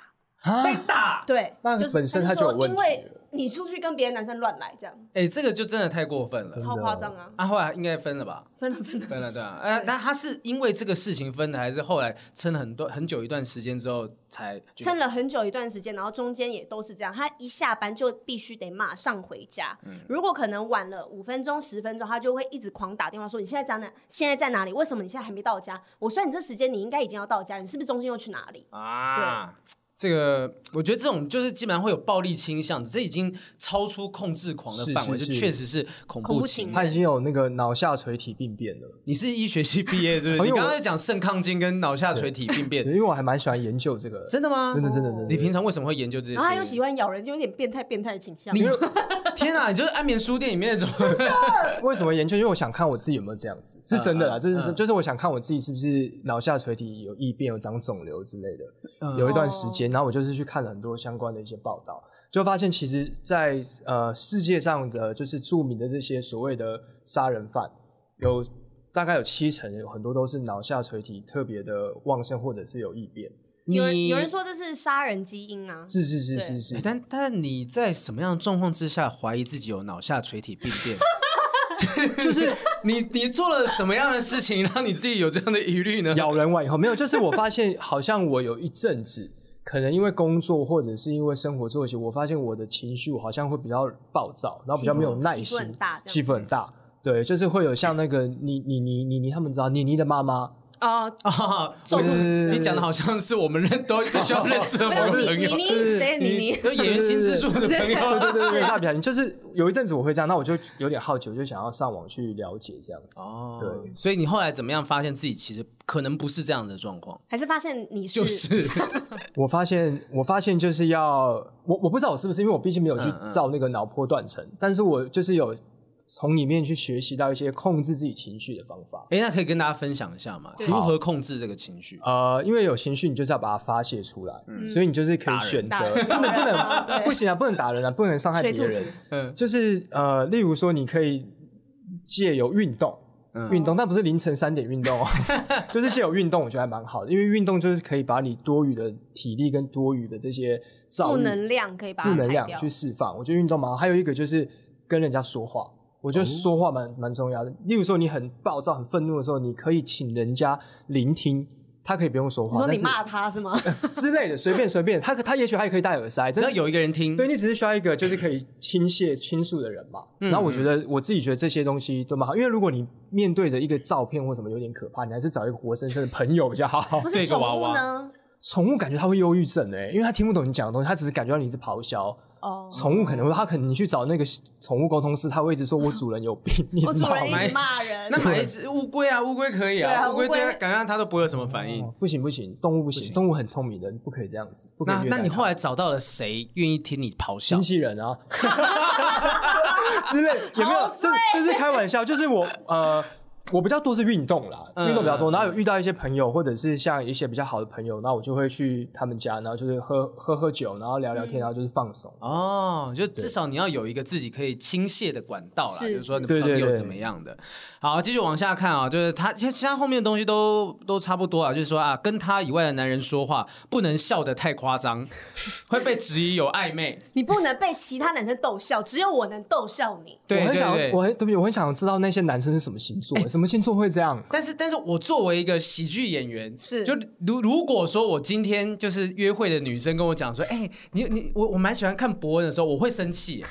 Speaker 2: 被打。
Speaker 3: 对，
Speaker 1: 那
Speaker 3: 就是
Speaker 1: 本身
Speaker 3: 他
Speaker 1: 他就有
Speaker 3: 说
Speaker 1: 问
Speaker 3: 因
Speaker 1: 题
Speaker 3: 为你出去跟别的男生乱来，这样
Speaker 2: 哎，这个就真的太过分了。
Speaker 3: 超夸张啊！
Speaker 2: 啊，后来应该分了吧？
Speaker 3: 分了分了，
Speaker 2: 分了， 对 啊。呃，但他是因为这个事情分的，还是后来撑了很多很久一段时间之后才决
Speaker 3: 撑了很久一段时间，然后中间也都是这样，他一下班就必须得马上回家。如果可能晚了五分钟、十分钟，他就会一直狂打电话说：“你现在在哪？现在在哪里？为什么你现在还没到家？”我算你这时间你应该已经要到家，你是不是中间又去哪里？
Speaker 2: 啊？这个我觉得这种就是基本上会有暴力倾向，这已经超出控制狂的
Speaker 1: 是
Speaker 2: 范围，
Speaker 1: 是
Speaker 2: 就是确实是恐
Speaker 3: 恐
Speaker 2: 怖
Speaker 3: 怖
Speaker 2: 情
Speaker 3: 情
Speaker 1: 他已经有那个脑下垂体病变了，
Speaker 2: 你是医学系毕业 是不
Speaker 1: 哦
Speaker 2: 是？
Speaker 1: 因为
Speaker 2: 你
Speaker 1: 我
Speaker 2: 刚刚在讲肾亢进跟脑下垂体病
Speaker 1: 对
Speaker 2: 变，
Speaker 1: 因为我还蛮喜欢研究这个，
Speaker 2: 真的吗？
Speaker 1: 真的真的真的
Speaker 2: 你平常为什么会研究这些？
Speaker 3: 然后他啊又喜欢咬人，就有点变态变态的倾向。
Speaker 2: 你，天哪！你就是安眠书店里面那种
Speaker 1: 为什么研究？因为我想看我自己有没有这样子，是真的啦，这是就是我想看我自己是不是脑下垂体有异变、有长肿瘤之类的。有一段时间，然后我就是去看了很多相关的一些报道，就发现其实在，呃世界上的就是著名的这些所谓的杀人犯，有大概有七成有很多都是脑下垂体特别的旺盛，或者是有异变。
Speaker 3: 有人
Speaker 2: 你
Speaker 3: 有人说这是杀人基因啊，
Speaker 1: 是是是是
Speaker 2: 欸
Speaker 1: 是，
Speaker 2: 但但你在什么样的状况之下怀疑自己有脑下垂体病变？ 就是你你做了什么样的事情，让你自己有这样的疑虑呢？
Speaker 1: 咬人完以后没有，就是我发现好像我有一阵子，可能因为工作或者是因为生活作息，我发现我的情绪好像会比较暴躁，然后比较没有耐心，
Speaker 3: 起伏很大这样子
Speaker 1: 起伏很大对，就是会有像那个你你你你你他们知道妮妮的妈妈，
Speaker 3: 哦，
Speaker 2: 啊，
Speaker 3: 中
Speaker 2: 我
Speaker 3: 毒之类
Speaker 2: 你讲的好像是我们认都都需要认识的
Speaker 3: 没
Speaker 2: 某
Speaker 3: 有
Speaker 2: 个
Speaker 3: 你
Speaker 2: 朋
Speaker 3: 你
Speaker 2: 友，
Speaker 3: 你谁你你
Speaker 2: 有演员新之助的朋
Speaker 3: 对
Speaker 2: 友。
Speaker 1: 对对对，
Speaker 3: 是
Speaker 1: 大表情，就是有一阵子我会这样，那我就有点好奇，我就想要上网去了解这样子。
Speaker 2: 哦
Speaker 1: 对，
Speaker 2: 所以你后来怎么样发现自己其实可能不是这样的状况？
Speaker 3: 还是发现你是
Speaker 2: 就是
Speaker 1: 我发现，我发现就是要我我不知道我是不是，因为我毕竟没有去
Speaker 2: 嗯嗯
Speaker 1: 照那个脑波断层，但是我就是有从里面去学习到一些控制自己情绪的方法。
Speaker 2: 哎，那可以跟大家分享一下吗？
Speaker 3: 对
Speaker 2: 如何控制这个情绪？嗯
Speaker 1: 呃，因为有情绪，你就是要把它发泄出来，所以你就是可以选择，
Speaker 3: 打人
Speaker 1: 不
Speaker 3: 打
Speaker 1: 能
Speaker 3: 人
Speaker 1: 不
Speaker 3: 啊
Speaker 1: 能
Speaker 3: 对
Speaker 1: 不行啊，不能打人啊，不能伤害
Speaker 3: 吹
Speaker 1: 别
Speaker 3: 兔
Speaker 1: 人
Speaker 3: 子。
Speaker 2: 嗯
Speaker 1: 就是呃，例如说，你可以借由运动，
Speaker 2: 嗯
Speaker 1: 运动，但不是凌晨三点运动 哦，就是借由运动，我觉得还蛮好的，因为运动就是可以把你多余的体力跟多余的这些
Speaker 3: 负
Speaker 1: 负
Speaker 3: 能量可以把它
Speaker 1: 负能
Speaker 3: 排
Speaker 1: 量
Speaker 3: 掉
Speaker 1: 去。释放。我觉得运动蛮好，还有一个就是跟人家说话，我
Speaker 2: 哦
Speaker 1: 觉得说话蛮蛮、重要的。例如说你很暴躁、很愤怒的时候，你可以请人家聆听，他可以不用说
Speaker 3: 你
Speaker 1: 话，
Speaker 3: 说
Speaker 1: 但
Speaker 3: 你
Speaker 1: 是
Speaker 3: 骂他是吗？
Speaker 1: 之类的，随便随便，他他也许还可以戴耳塞，
Speaker 2: 只
Speaker 1: 但
Speaker 2: 要
Speaker 1: 是
Speaker 2: 有一个人听，
Speaker 1: 对你只是需要一个就是可以倾泻倾诉的人嘛。
Speaker 2: 嗯
Speaker 1: 然后我觉得我自己觉得这些东西都蛮好，因为如果你面对着一个照片或什么有点可怕，你还是找一个活生生的朋友比较好
Speaker 3: 不。
Speaker 2: 对
Speaker 3: 是
Speaker 2: 一个
Speaker 3: 宠
Speaker 2: 娃
Speaker 3: 物
Speaker 2: 娃
Speaker 3: 呢？
Speaker 1: 宠物感觉它会忧郁症哎、因为它听不懂你讲的东西，它只是感觉到你是咆哮。
Speaker 3: 哦，
Speaker 1: 宠物可能会，它可能你去找那个宠物沟通师，它会一直说我主人有病，你
Speaker 3: 我
Speaker 1: 知
Speaker 3: 主
Speaker 1: 道
Speaker 3: 人
Speaker 1: 吗？
Speaker 3: 一直骂 人，
Speaker 2: 那买一只乌龟啊，乌龟可以
Speaker 3: 对
Speaker 2: 啊，
Speaker 3: 啊
Speaker 2: 乌龟
Speaker 3: 乌龟
Speaker 2: 对它感觉上它都不会有什么反应。
Speaker 1: 哦不行不行，动物不行，动物很聪明的，你不可以这样子，不可以
Speaker 2: 那
Speaker 1: 虐待
Speaker 2: 那
Speaker 1: 它。
Speaker 2: 你后来找到了谁愿意听你咆哮
Speaker 1: 经？纪人 啊之类，有没有？
Speaker 3: 好
Speaker 1: 这这是开玩笑，就是我呃。我比较多是运动啦，
Speaker 2: 嗯
Speaker 1: 运动比较多，然后有遇到一些朋友，或者是像一些比较好的朋友，那我就会去他们家，然后就是喝喝喝酒，然后聊聊天，
Speaker 3: 嗯
Speaker 1: 然后就是放松。
Speaker 2: 哦，就至少你要有一个自己可以倾泻的管道啦，
Speaker 3: 是
Speaker 2: 就是说你
Speaker 1: 是
Speaker 2: 朋
Speaker 1: 对对
Speaker 2: 友
Speaker 1: 对
Speaker 2: 怎么样的。好，继续往下看啊，就是他其实其他后面的东西都都差不多啊，就是说啊，跟他以外的男人说话不能笑得太夸张，会被质疑有暧昧。
Speaker 3: 你不能被其他男生逗笑，只有我能逗笑你。
Speaker 2: 对
Speaker 1: 我很
Speaker 2: 对
Speaker 1: 想，
Speaker 2: 对
Speaker 1: 我。很对不起，我很想知道那些男生是什么星 座，什么星座会这样？
Speaker 2: 但是，但是我作为一个喜剧演员，
Speaker 3: 是
Speaker 2: 就如如果说我今天就是约会的女生跟我讲说，哎、你你我我蛮喜欢看博文的时候，我会生 气，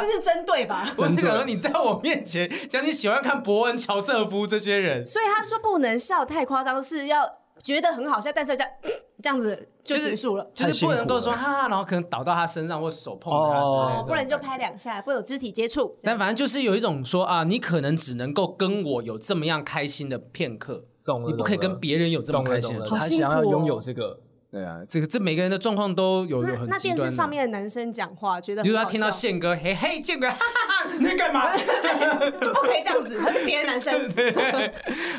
Speaker 3: 这是针对吧？
Speaker 2: 啊 我
Speaker 1: 真
Speaker 2: 会
Speaker 1: 的
Speaker 2: 想说你在我面前讲你喜欢看博文、乔瑟夫这些人，
Speaker 3: 所以他说不能笑太夸张，是要觉得很好笑，但是要这 样这样子就结束了。
Speaker 2: 就是不能够说
Speaker 1: 太
Speaker 2: 哈哈，然后可能倒到他身上或手碰他之类的这
Speaker 1: 哦
Speaker 2: 种
Speaker 3: 不然就
Speaker 2: 感觉
Speaker 3: 拍。两下，不会有肢体接触。这
Speaker 2: 但
Speaker 3: 样
Speaker 2: 反正就是有一种说啊，你可能只能够跟我有这么样开心的片刻，
Speaker 1: 懂了
Speaker 2: 你不可以
Speaker 1: 懂了
Speaker 2: 跟别人有这么
Speaker 1: 懂
Speaker 2: 开
Speaker 1: 了
Speaker 2: 心
Speaker 1: 懂
Speaker 2: 的
Speaker 1: 了，
Speaker 2: 状
Speaker 3: 好
Speaker 1: 他
Speaker 2: 态。
Speaker 1: 想
Speaker 3: 辛苦
Speaker 1: 要
Speaker 3: 哦
Speaker 1: 拥有这个，
Speaker 2: 对啊，这个这每个人的状况都有有
Speaker 3: 那
Speaker 2: 很
Speaker 3: 那
Speaker 2: 极
Speaker 3: 电视
Speaker 2: 端
Speaker 3: 上
Speaker 2: 的。
Speaker 3: 面的男生讲话，觉得
Speaker 2: 比如
Speaker 3: 很
Speaker 2: 说他
Speaker 3: 好
Speaker 2: 听到
Speaker 3: 笑
Speaker 2: 宪哥，嘿嘿，建哥，哈哈哈，你在干嘛？
Speaker 3: 你 不可以这样子，他是别的 男生。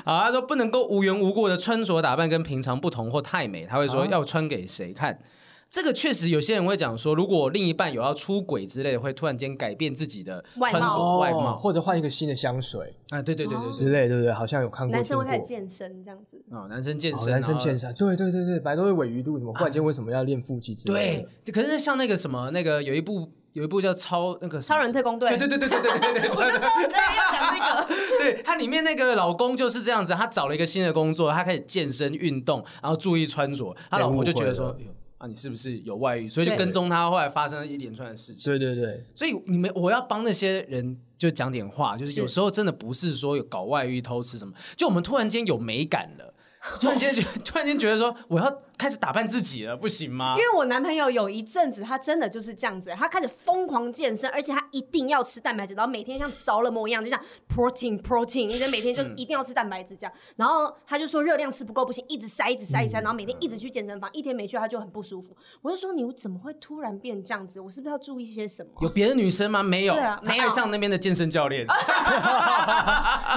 Speaker 2: 啊，他说不能够无缘无故的穿着打扮跟平常不同或太美，他会说要穿给谁看。这个确实有些人会讲说，如果另一半有要出轨之类的，会突然间改变自己的
Speaker 3: 外
Speaker 2: 穿
Speaker 3: 貌
Speaker 2: 着外貌。
Speaker 1: 或者换一个新的香水
Speaker 2: 啊，对对对对
Speaker 1: 之
Speaker 2: 是
Speaker 1: 类，对不对？好像有看过
Speaker 3: 男生会
Speaker 1: 听过
Speaker 3: 开始健身这样子，
Speaker 2: 哦，男生健
Speaker 1: 哦
Speaker 2: 身，
Speaker 1: 男生
Speaker 2: 然后
Speaker 1: 健身，对对对对，本来都是尾鱼肚，怎么忽然间为什么要练腹肌之类
Speaker 2: 对
Speaker 1: 的？，
Speaker 2: 可是像那个什么，那个有一部有一部叫超那个什么
Speaker 3: 超人特工队，
Speaker 2: 对对对对对对对对对
Speaker 3: 对，要讲这个。
Speaker 2: 对， 它里面那个老公就是这样子，他找了一个新的工作，他开始健身运动，然后注意穿着，他老婆就觉得说
Speaker 1: 被误会了
Speaker 2: 哎呦啊你是不是有外遇，所以就
Speaker 3: 对
Speaker 2: 跟踪他，后来发生了一连串的事情。
Speaker 1: 对对对，
Speaker 2: 所以你们，我要帮那些人就讲点话，就是
Speaker 3: 是
Speaker 2: 有时候真的不是说有搞外遇、偷吃什么，就我们突然间有美感了，突然间觉，突然间觉得说我要开始打扮自己了，不行吗
Speaker 3: 因？为我男朋友有一阵子，他真的就是这样子，他开始疯狂健身，而且他一定要吃蛋白质，然后每天像着了魔一样，就像 protein protein，就每天就
Speaker 2: 嗯
Speaker 3: 一定要吃蛋白质这样。然后他就说热量吃不够不行，一直塞一直塞
Speaker 2: 嗯
Speaker 3: 一直塞，然后每天一直去健身房，一天没去他就很不舒服。我就说你怎么会突然变这样子？我是不是要注意些什么？
Speaker 2: 有别的女生吗？没有，
Speaker 3: 对啊
Speaker 2: 她
Speaker 3: 没有啊
Speaker 2: 爱上那边的健身教 练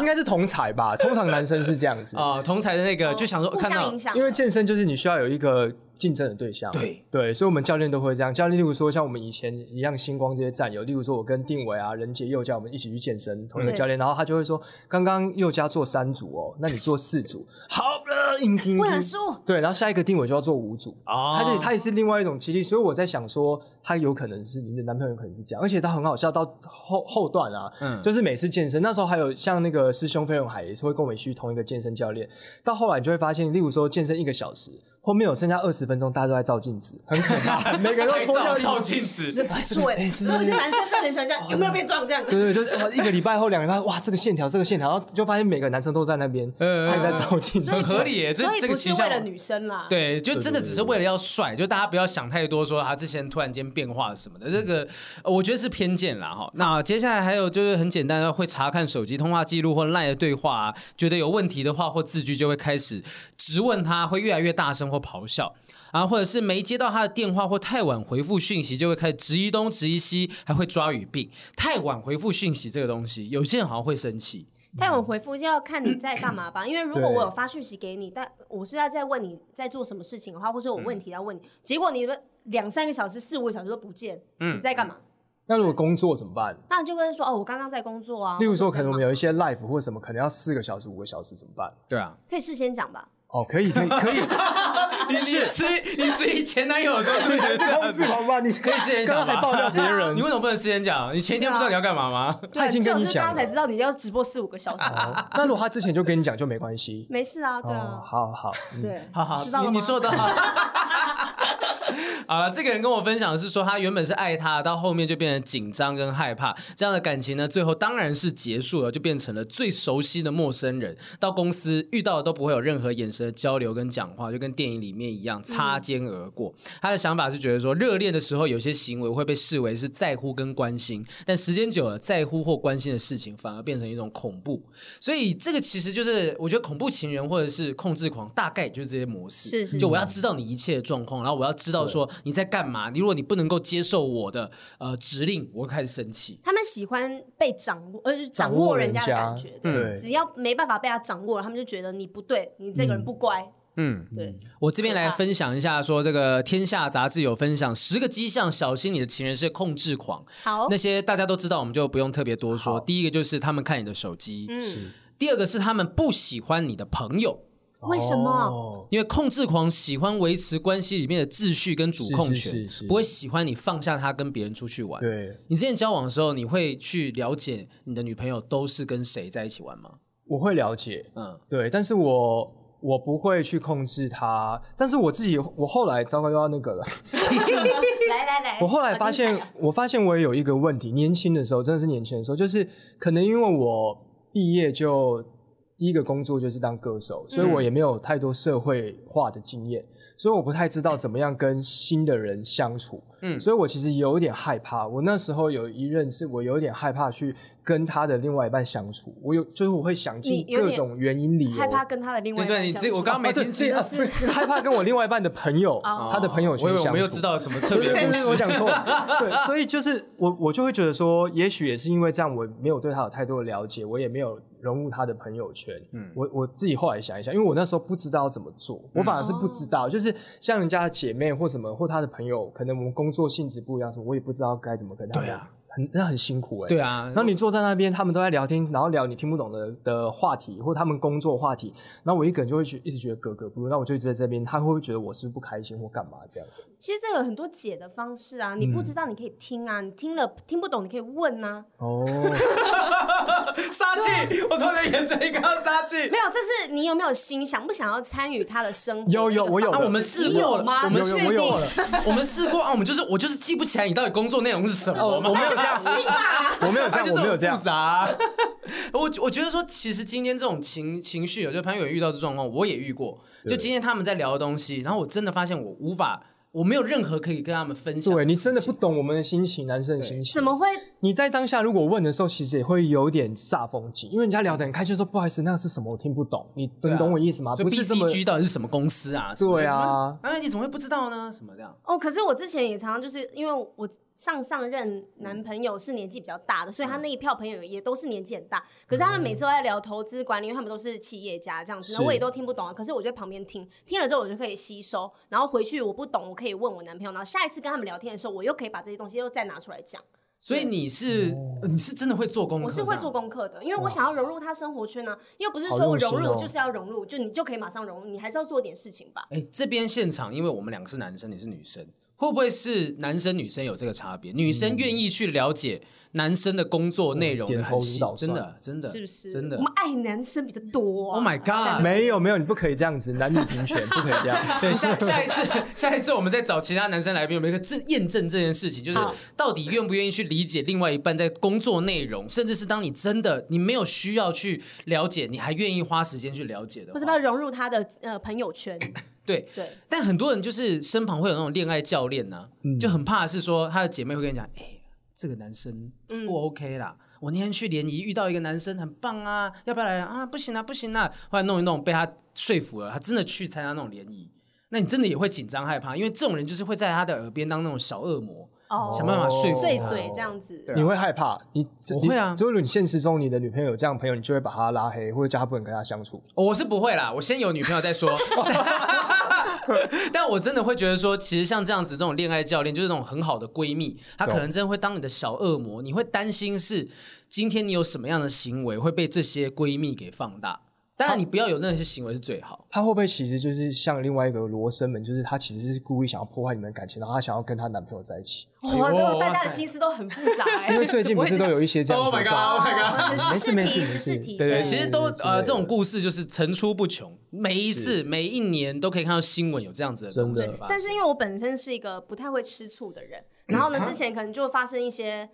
Speaker 1: 应该是同才 吧，通常男生是这样子，
Speaker 2: 啊，同才的那个就想说
Speaker 3: 互
Speaker 2: 看
Speaker 3: 相
Speaker 2: 到
Speaker 3: 影响，
Speaker 1: 因为健身就是你需要有一个竞争的对象，
Speaker 2: 对
Speaker 1: 对，所以我们教练都会这样。教练，例如说像我们以前一样，星光这些战友，例如说我跟定伟啊、任杰、佑嘉，我们一起去健身，同一个
Speaker 3: 对
Speaker 1: 教练，然后他就会说，刚刚佑嘉做三组哦，那你做四组，好了，硬拼
Speaker 3: 不 能输。
Speaker 1: 对，然后下一个定伟就要做五组，
Speaker 2: 哦
Speaker 1: 他就他也是另外一种激励，所以我在想说，他有可能是你的男朋友，有可能是这样，而且他很好笑，到后后段啊，
Speaker 2: 嗯
Speaker 1: 就是每次健身那时候还有像那个师兄费永海也是会跟我们去同一个健身教练，到后来你就会发现，例如说健身一个小时，后面有剩下二十分钟，大家都在照镜子，很可 怕，每个人都
Speaker 2: 拍
Speaker 1: 脱掉
Speaker 2: 照
Speaker 1: 衣服
Speaker 2: 照镜 子，
Speaker 3: 是我，我是男生，特别喜欢这样，有没有变壮这样？
Speaker 1: 对对，就是哇一个礼拜后两个礼拜，哇，这个线条，这个线条，然后就发现每个男生都在那边，
Speaker 2: 嗯
Speaker 1: 他也在照镜子，
Speaker 2: 很合理耶，这
Speaker 3: 所以
Speaker 2: 这
Speaker 3: 不
Speaker 2: 个
Speaker 3: 是
Speaker 2: 形
Speaker 3: 为
Speaker 2: 象
Speaker 3: 了。女生啦，，
Speaker 2: 对，就
Speaker 1: 对
Speaker 2: 真的只是为了要帅，就大家不要想太多，说他啊之前突然间变化什么的，这个呃我觉得是偏见啦哈。那接下来还有就是很简单的，会查看手机通话记录或赖的对话、啊，觉得有问题的话或字句就会开始质问他，会越来越大声或咆哮。啊，或者是没接到他的电话或太晚回复讯息，就会开始质疑东质疑西，还会抓语病。太晚回复讯息这个东西，有些人好像会生气。
Speaker 3: 太晚回复就要看你在干嘛吧，因为如果
Speaker 1: 嗯对
Speaker 3: 我有发讯息给你，但我是在在问你在做什么事情的话，或者我
Speaker 1: 嗯
Speaker 3: 问题要问你，结果你们两三个小时、四五个小时都不见，
Speaker 1: 嗯
Speaker 3: 你是在干嘛？
Speaker 1: 那如果工作怎么办？
Speaker 3: 那你就跟他说哦，我刚刚在工作啊。
Speaker 1: 例如说，可能我们
Speaker 3: 有
Speaker 1: 有一些 live 或什么，可能要四个小时、五个小时，怎么办？
Speaker 2: 对啊，
Speaker 3: 可以事先讲吧，
Speaker 1: 哦，可以，可以，可以，
Speaker 2: 你你质 你质疑前男友的时候是不是也是这样子？啊
Speaker 1: 好吧？你
Speaker 2: 可以事先想
Speaker 1: 刚刚还
Speaker 2: 吧
Speaker 1: 爆料别人
Speaker 2: 你为什么不能事先讲？你前一天不知道你要干嘛吗？
Speaker 1: 他已经
Speaker 3: 最
Speaker 1: 跟
Speaker 3: 好
Speaker 1: 你
Speaker 3: 啊是刚
Speaker 1: 讲
Speaker 3: 刚
Speaker 1: 了
Speaker 3: 才。知道你要直播四五个小时，啊
Speaker 1: 哦那如果他之前就跟你讲，就没关系。
Speaker 3: 没事 啊，对
Speaker 1: 哦，
Speaker 3: 啊，
Speaker 1: 好好，嗯
Speaker 3: 对，
Speaker 2: 好好，
Speaker 3: 知道了
Speaker 2: 你
Speaker 3: 吗
Speaker 2: 你说的好。 好了，这个人跟我分享的是说，他原本是爱他，到后面就变成紧张跟害怕，这样的感情呢，最后当然是结束了，就变成了最熟悉的陌生人。到公司遇到的都不会有任何眼神的交流跟讲话，就跟电影里面一样擦肩而过。他的想法是觉得说，热恋的时候有些行为会被视为是在乎跟关心，但时间久了，在乎或关心的事情反而变成一种恐怖。所以这个其实就是，我觉得恐怖情人或者是控制狂，大概就是这些模式。
Speaker 3: 是是
Speaker 2: 就我要知道你一切的状况，然后我要知道说你在干嘛。如果你不能够接受我的呃指令，我会开始生气。
Speaker 3: 他们喜欢被掌握，呃，就是掌
Speaker 1: 掌
Speaker 3: 握
Speaker 1: 握
Speaker 3: 人
Speaker 1: 人
Speaker 3: 家的
Speaker 1: 家
Speaker 3: 感觉，
Speaker 1: 嗯
Speaker 3: 对
Speaker 1: 对
Speaker 3: 只要没办法被他掌握，他们就觉得你不对，你这个人不乖，
Speaker 2: 嗯，
Speaker 3: 对，
Speaker 2: 我这边来分享一下，说这个《天下》杂志有分享十个迹象，小心你的情人是控制狂。
Speaker 3: 好
Speaker 2: 那，些大家都知道，我们就不用特别多说。第一个就是他们看你的手机，
Speaker 3: 嗯，
Speaker 2: 第二个是他们不喜欢你的朋友，
Speaker 3: 为什么？
Speaker 1: 哦
Speaker 2: 因为控制狂喜欢维持关系里面的秩序跟主控权，
Speaker 1: 是是是是
Speaker 2: 不会喜欢你放下他跟别人出去玩。
Speaker 1: 对，
Speaker 2: 你之前交往的时候，你会去了解你的女朋友都是跟谁在一起玩吗？
Speaker 1: 我会了解，
Speaker 2: 嗯，
Speaker 1: 对，但是我我不会去控制他，但是我自己，我后来糟糕又要那个了。
Speaker 3: 来来来，
Speaker 1: 我后来发
Speaker 3: 好
Speaker 1: 现
Speaker 3: 哎精彩，
Speaker 1: 我发现我也有一个问题，年轻的时候真的是年轻的时候，就是可能因为我毕业就第一个工作就是当歌手，所以
Speaker 3: 嗯
Speaker 1: 我也没有太多社会化的经验，所以我不太知道怎么样跟新的人相处。
Speaker 2: 嗯
Speaker 1: 所以我其实有点害怕。我那时候有一任是我有点害怕去跟他的另外一半相处，我有就是我会想尽
Speaker 3: 你有
Speaker 1: 各
Speaker 3: 点
Speaker 1: 种原因理由，
Speaker 3: 害怕跟他的另
Speaker 2: 对
Speaker 3: 外一
Speaker 2: 对，
Speaker 3: 半
Speaker 2: 你
Speaker 3: 相
Speaker 2: 这
Speaker 3: 处。
Speaker 2: 我刚刚没
Speaker 1: 啊对
Speaker 2: 听
Speaker 1: 这
Speaker 2: 清
Speaker 1: 个
Speaker 3: 的
Speaker 2: 楚，
Speaker 3: 是
Speaker 1: 害怕跟我另外一半的朋友，
Speaker 3: 哦
Speaker 1: 他的朋友
Speaker 2: 我
Speaker 1: 圈
Speaker 2: 以为我
Speaker 1: 相
Speaker 2: 没有
Speaker 1: 处
Speaker 2: 知道有什么特别的
Speaker 1: 对
Speaker 2: 故
Speaker 1: 对对我
Speaker 2: 事。
Speaker 1: 讲错了。对，所以就是我，我就会觉得说，也许也是因为这样，我没有对他有太多的了解，我也没有融入他的朋友圈。嗯，我我自己后来想一想，因为我那时候不知道怎么做，我反而是不知道，
Speaker 2: 哦
Speaker 1: 就是像人家的姐妹或什么或他的朋友，可能我们工作性质不一样，什么我也不知道该怎么跟他们。
Speaker 2: 对啊，
Speaker 1: 很那很辛苦哎、
Speaker 2: 对啊
Speaker 1: 然后你坐在那边，他们都在聊天，然后聊你听不懂的的话题，或他们工作话题，然后我一个人就会去一直觉得格格不入，那我就一直在这边，他会不会觉得我是不是不开心或干嘛这样子？
Speaker 3: 其实这有很多解的方式啊，你
Speaker 1: 嗯
Speaker 3: 不知道你可以听啊，你听了听不懂你可以问啊。
Speaker 1: 哦，
Speaker 2: 杀气，我从你的眼神里看到杀气。
Speaker 3: 没有，这是你有没有心想不想要参与他的生活？
Speaker 1: 有有我有
Speaker 2: 啊，我们试
Speaker 3: 你有
Speaker 2: 过了
Speaker 3: 吗，
Speaker 2: 我们
Speaker 1: 有有
Speaker 2: 试
Speaker 1: 我有
Speaker 2: 过了， 我们试过啊，我们就是我就是记不起来你到底工作内容是什么。
Speaker 1: 哦，我没有这样，
Speaker 3: 是吧？
Speaker 1: 我 没有这
Speaker 2: 他
Speaker 1: 样，
Speaker 2: 就
Speaker 1: 哎我
Speaker 2: 是
Speaker 1: 没有
Speaker 2: 很
Speaker 1: 这样
Speaker 2: 复。杂啊。 我我觉得说，其实今天这种情情绪，我觉得朋友遇到这状况，我也遇过。就
Speaker 1: 对
Speaker 2: 今天他们在聊的东西，然后我真的发现我无法，我没有任何可以跟他们分享。
Speaker 1: 对你真的不，懂我们的心情，男生的心情。
Speaker 3: 怎么？会？
Speaker 1: 你在当下如果问的时候，其实也会有点煞风景，因为人家聊得很开心，说不好意思，那个是什么，我听不懂。你
Speaker 2: 对啊
Speaker 1: 你懂我意思吗？
Speaker 2: 就
Speaker 1: 不是这么
Speaker 2: BCG 到底是什么公司啊？什么的
Speaker 1: 对，啊，
Speaker 2: 哎，你怎么会不知道呢？什么这样？
Speaker 3: 哦，可是我之前也常常就是因为我上上任
Speaker 2: 嗯
Speaker 3: 男朋友是年纪比较大的，所以他那一票朋友也都是年纪很大。可是他们每
Speaker 2: 嗯
Speaker 3: 次都在聊投资管理，因为他们都是企业家这样子，
Speaker 1: 是
Speaker 3: 那我也都听不懂啊。可是我就在旁边听，听了之后我就可以吸收，然后回去我不懂，我可以问我男朋友，然后下一次跟他们聊天的时候，我又可以把这些东西又再拿出来讲。
Speaker 2: 所以你是呃你是真的会做功课？
Speaker 3: 我是会做。功课的，因为我想要融入他生活圈呢、啊，又不是说
Speaker 1: 好
Speaker 3: 我
Speaker 1: 用心
Speaker 3: 融入
Speaker 1: 哦
Speaker 3: 就是要融入，就你就可以马上融入，你还是要做点事情吧。
Speaker 2: 哎，这边现场，因为我们两个是男生，你是女生，会不会是男生女生有这个差别？女生愿意去了解男生的工作内容
Speaker 1: 嗯
Speaker 2: 的
Speaker 1: 哦点头
Speaker 2: 很
Speaker 1: 如
Speaker 2: 细
Speaker 1: 捣，
Speaker 2: 真
Speaker 1: 蒜
Speaker 2: 的真的
Speaker 3: 是不是？
Speaker 2: 真的
Speaker 3: 我？们爱男生比较多、啊。
Speaker 2: Oh my god！
Speaker 1: 没有没有，你不可以这样子，男女平权不可以 这样。
Speaker 2: 对，下下一 次，下一次我们再找其他男生来宾，我们可以证验证这件事情，就是
Speaker 3: 好
Speaker 2: 到底愿不愿意去理解另外一半在工作内容，甚至是当你真的你没有需要去了解，你还愿意花时间去了解的
Speaker 3: 不
Speaker 2: 话，
Speaker 3: 是要融入他的呃朋友圈，
Speaker 2: 对。
Speaker 3: 对，
Speaker 2: 但很多人就是身旁会有那种恋爱教练呐、就很怕是说他的姐妹会跟你讲，哎、这个男生不 OK 啦。我那天去联谊遇到一个男生很棒啊，要不要来啊？不行啊，不行啊！后来弄一弄，被他说服了，他真的去参加那种联谊。那你真的也会紧张害怕，因为这种人就是会在他的耳边当那种小恶魔，
Speaker 3: 哦
Speaker 2: 想办法说服
Speaker 3: 碎
Speaker 2: 他。
Speaker 1: 哦
Speaker 3: 嘴
Speaker 1: 啊
Speaker 3: 这样子。
Speaker 1: 你会害怕，你
Speaker 2: 我会啊
Speaker 1: 你就是你现实中你的女朋友有这样的朋友，你就会把她拉黑，或者叫她不能跟她相处。
Speaker 2: 哦我是不会啦，我先有女朋友再说。 但我真的会觉得说，其实像这样子这种恋爱教练，就是那种很好的闺蜜，她可能真的会当你的小恶魔，你会担心是今天你有什么样的行为会被这些闺蜜给放大。当然，你不要有那些行为是最好。
Speaker 1: 她会不会其实就是像另外一个罗生门，就是她其实是故意想要破坏你们的感情，然后她想要跟她男朋友在一起？
Speaker 3: 哇，
Speaker 2: 哎
Speaker 3: 那
Speaker 2: 呦
Speaker 3: 大家的心思都很复杂哎、
Speaker 1: 因为最近不是都有一些这样子
Speaker 2: Oh
Speaker 1: 的
Speaker 2: my god，
Speaker 1: 状况
Speaker 2: oh my god
Speaker 3: 啊
Speaker 1: 没
Speaker 3: 是
Speaker 1: 事没事
Speaker 3: 题
Speaker 1: 没
Speaker 3: 是
Speaker 1: 事
Speaker 3: 试题，
Speaker 1: 对对
Speaker 2: 对，其实都
Speaker 1: 之类
Speaker 2: 呃，
Speaker 1: 的
Speaker 2: 这种故事就是层出不穷，每一次、每一年都可以看到新闻有这样子的东西
Speaker 1: 真的
Speaker 2: 发
Speaker 3: 但
Speaker 2: 生。
Speaker 3: 是因为我本身是一个不太会吃醋的人，然后呢，之前可能就会发生一些。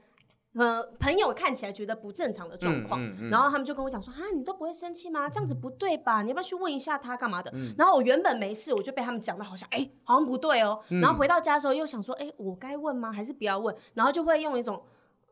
Speaker 3: 呃，朋友看起来觉得不正常的状
Speaker 2: 嗯
Speaker 3: 况，
Speaker 2: 嗯嗯
Speaker 3: 然后他们就跟我讲说：“啊，你都不会生气吗？这样子不对吧？你要不要去问一下他干嘛的？”然后我原本没事，我就被他们讲的好像哎、好像不对哦。然后回到家的时候又想说：“哎、我该问吗？还是不要问？”然后就会用一种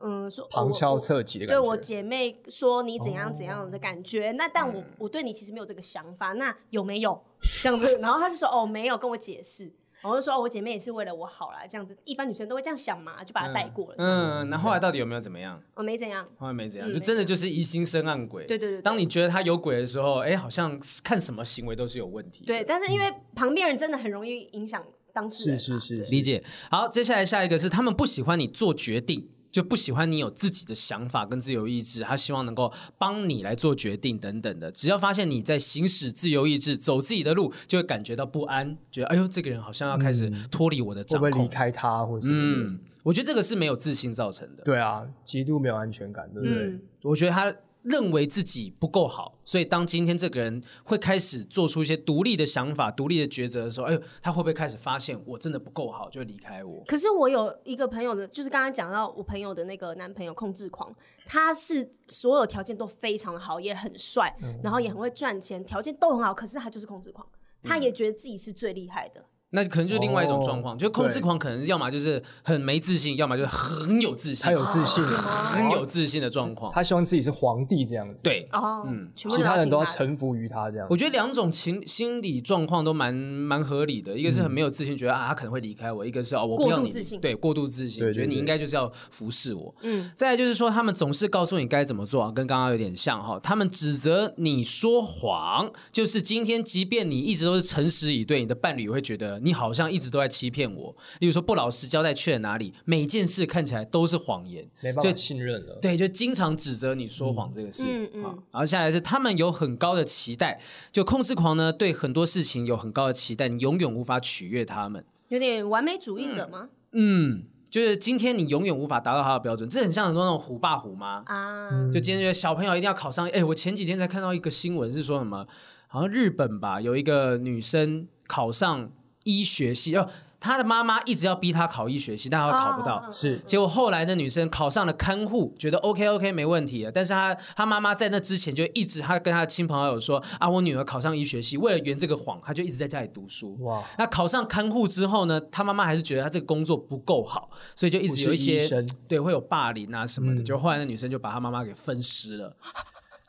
Speaker 3: 嗯说哦
Speaker 1: 旁
Speaker 3: 我
Speaker 1: 敲
Speaker 3: 我
Speaker 1: 侧击的感
Speaker 3: 对
Speaker 1: 觉。哦
Speaker 3: 我姐妹说你怎样怎样的感觉，那但
Speaker 1: 嗯
Speaker 3: 我我对你其实没有这个想法，那有没有 这样子？然后她就说哦没有，跟我解释。我就说、哦、我姐妹也是为了我好啦，这样子，一般女生都会这样想嘛，就把她带过了。嗯，
Speaker 2: 嗯，那后来到底有没有怎么样？
Speaker 3: 我、没怎样，
Speaker 2: 后来没怎样，
Speaker 3: 嗯
Speaker 2: 就真的就是疑心生暗鬼。
Speaker 3: 对对对对
Speaker 2: 当你觉得他有鬼的时候，哎，好像看什么行为都是有问题。
Speaker 3: 对，，但是因为旁边人真的很容易影响当事
Speaker 1: 嗯
Speaker 3: 人、
Speaker 1: 是
Speaker 3: 啊，
Speaker 1: 是是，
Speaker 2: 理解。好，接下来下一个是他们不喜欢你做决定。就不喜欢你有自己的想法跟自由意志，他希望能够帮你来做决定等等的。只要发现你在行使自由意志，走自己的路，就会感觉到不安，觉得哎呦，这个人好像要开始脱离我的
Speaker 1: 会
Speaker 2: 掌
Speaker 1: 嗯不会
Speaker 2: 控。
Speaker 1: 离开他或者什么的？
Speaker 2: 嗯，我觉得这个是没有自信造成的。
Speaker 1: 对啊，极度没有安全感，对不对？
Speaker 3: 嗯，
Speaker 2: 我觉得他认为自己不够好，所以当今天这个人会开始做出一些独立的想法、独立的抉择的时候，哎呦，他会不会开始发现我真的不够好，就会离开我？
Speaker 3: 可是我有一个朋友的，就是刚刚讲到我朋友的那个男朋友控制狂，他是所有条件都非常好，也很帅，
Speaker 1: 嗯嗯
Speaker 3: 然后也很会赚钱，条件都很好，可是他就是控制狂，他也觉得自己是最厉害的，
Speaker 2: 那可能就是另外一种状况，
Speaker 1: 哦
Speaker 2: 就控制狂可能要么就是很没自信，要么就是很有自信，
Speaker 1: 他有自信，
Speaker 3: 嗯
Speaker 2: 很有自信的状况。
Speaker 1: 他希望自己是皇帝这样子，，
Speaker 2: 对，
Speaker 3: 哦，全
Speaker 1: 嗯
Speaker 3: 部
Speaker 1: 其他人都要
Speaker 3: 听他的
Speaker 1: 臣服于他这样
Speaker 2: 我。觉得两种情心理状况都蛮蛮合理的，一个是很没有自信，觉得啊他可能会离开我；一个是哦我不要
Speaker 3: 过
Speaker 2: 你，
Speaker 3: 度自信
Speaker 2: 对过度自信，
Speaker 1: 对对
Speaker 2: 觉得你
Speaker 1: 对
Speaker 2: 应该就是要服侍我。
Speaker 3: 嗯
Speaker 2: 嗯，再来就是说他们总是告诉你该怎么做、啊，跟刚刚有点像哈、他们指责你说谎，就是今天即便你一直都是诚实以对，你的伴侣也会觉得你好像一直都在欺骗我。例如说不老实交代去了哪里，每件事看起来都是谎言，
Speaker 1: 没办法信任了，
Speaker 2: 对，就经常指责你说谎这个事。
Speaker 3: 嗯嗯
Speaker 2: 啊，然后下来是他们有很高的期待，就控制狂呢对很多事情有很高的期待，你永远无法取悦他们。
Speaker 3: 有点完美主义者吗？
Speaker 2: 嗯，就是今天你永远无法达到他的标准，这很像很多那种虎爸虎妈，
Speaker 1: 嗯
Speaker 3: 啊，
Speaker 2: 就今天觉得小朋友一定要考上。哎，我前几天才看到一个新闻是说什么，好像日本吧有一个女生考上医学系，哦，她的妈妈一直要逼她考医学系，但她考不到。
Speaker 3: 啊
Speaker 1: 是
Speaker 2: 结果后来那女生考上了看护，觉得 OK OK 没问题了。但是她她妈妈在那之前就一直她跟她的亲朋好友说啊，我女儿考上医学系，为了圆这个谎，她就一直在家里读书。
Speaker 1: 哇，
Speaker 2: 那考上看护之后呢，她妈妈还是觉得她这个工作不够好，所以就一直有
Speaker 1: 不
Speaker 2: 一
Speaker 1: 是
Speaker 2: 些
Speaker 1: 医生
Speaker 2: 对会有霸凌啊什么的。
Speaker 1: 嗯
Speaker 2: 就后来那女生就把她妈妈给分尸 了，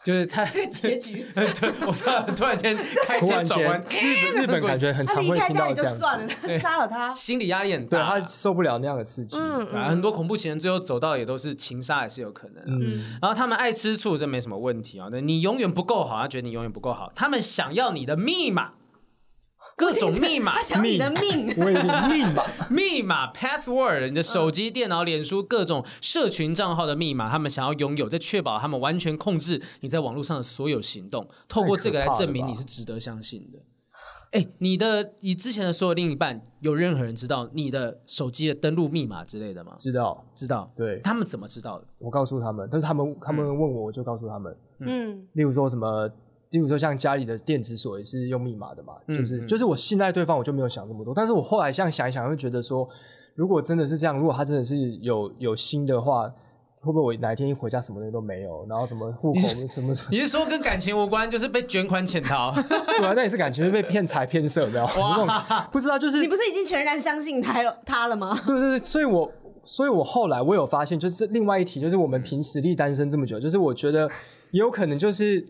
Speaker 2: 就是她。，
Speaker 1: 嗯
Speaker 3: 这个结局
Speaker 2: 对，我突然突然间开
Speaker 1: 突
Speaker 2: 车
Speaker 1: 然间，
Speaker 2: 转弯，
Speaker 1: 日本日 本感觉很
Speaker 3: 他
Speaker 1: 常
Speaker 3: 离
Speaker 1: 会
Speaker 3: 开
Speaker 1: 听
Speaker 3: 家
Speaker 1: 到
Speaker 3: 里就
Speaker 1: 这样
Speaker 3: 算
Speaker 1: 子
Speaker 3: 了，，他杀了他，
Speaker 2: 心理压力很
Speaker 1: 对啊
Speaker 2: 大。
Speaker 1: 他受不了那样的刺激，
Speaker 3: 嗯
Speaker 2: 对啊很多恐怖情人最后走到也都是情杀，也是有可能、啊。
Speaker 1: 嗯，
Speaker 2: 然后他们爱吃醋，这没什么问题啊。那你永远不够好，他觉得你永远不够好。他们想要你的密码，各种密码
Speaker 3: 他、想你的命，
Speaker 1: 我也命吧，
Speaker 2: 密码、password，你的手机、电脑、脸书各种社群账号的密码，他们想要拥有，在确保他们完全控制你在网络上的所有行动，透过这个来证明你是值得相信的。哎，你的你之前的所有另一半，有任何人知道你的手机的登录密码之类的吗？
Speaker 1: 知道，
Speaker 2: 知道，
Speaker 1: 对
Speaker 2: 他们怎么知道的？
Speaker 1: 我告诉他们，但是他们他们问我，我就告诉他们，
Speaker 3: 嗯，
Speaker 1: 例如说什么，例如说像家里的电子锁也是用密码的嘛，就是、
Speaker 2: 嗯
Speaker 1: 就是我信赖对方，我就没有想这么多。但是我后来这样想一想，会觉得说，如果真的是这样，如果他真的是有有心的话，会不会我哪一天一回家什么东西都没有，然后什么户口什么什么，
Speaker 2: 你是说跟感情无关，就是被卷款潜逃？
Speaker 1: 对啊，那也是感情是被骗财骗色，有没有？那种不知道，就是
Speaker 3: 你不是已经全然相信他了他了吗？
Speaker 1: 对对对，所以我所以我后来我有发现，就是这另外一题，就是我们凭实力单身这么久，就是我觉 得也有可能就是。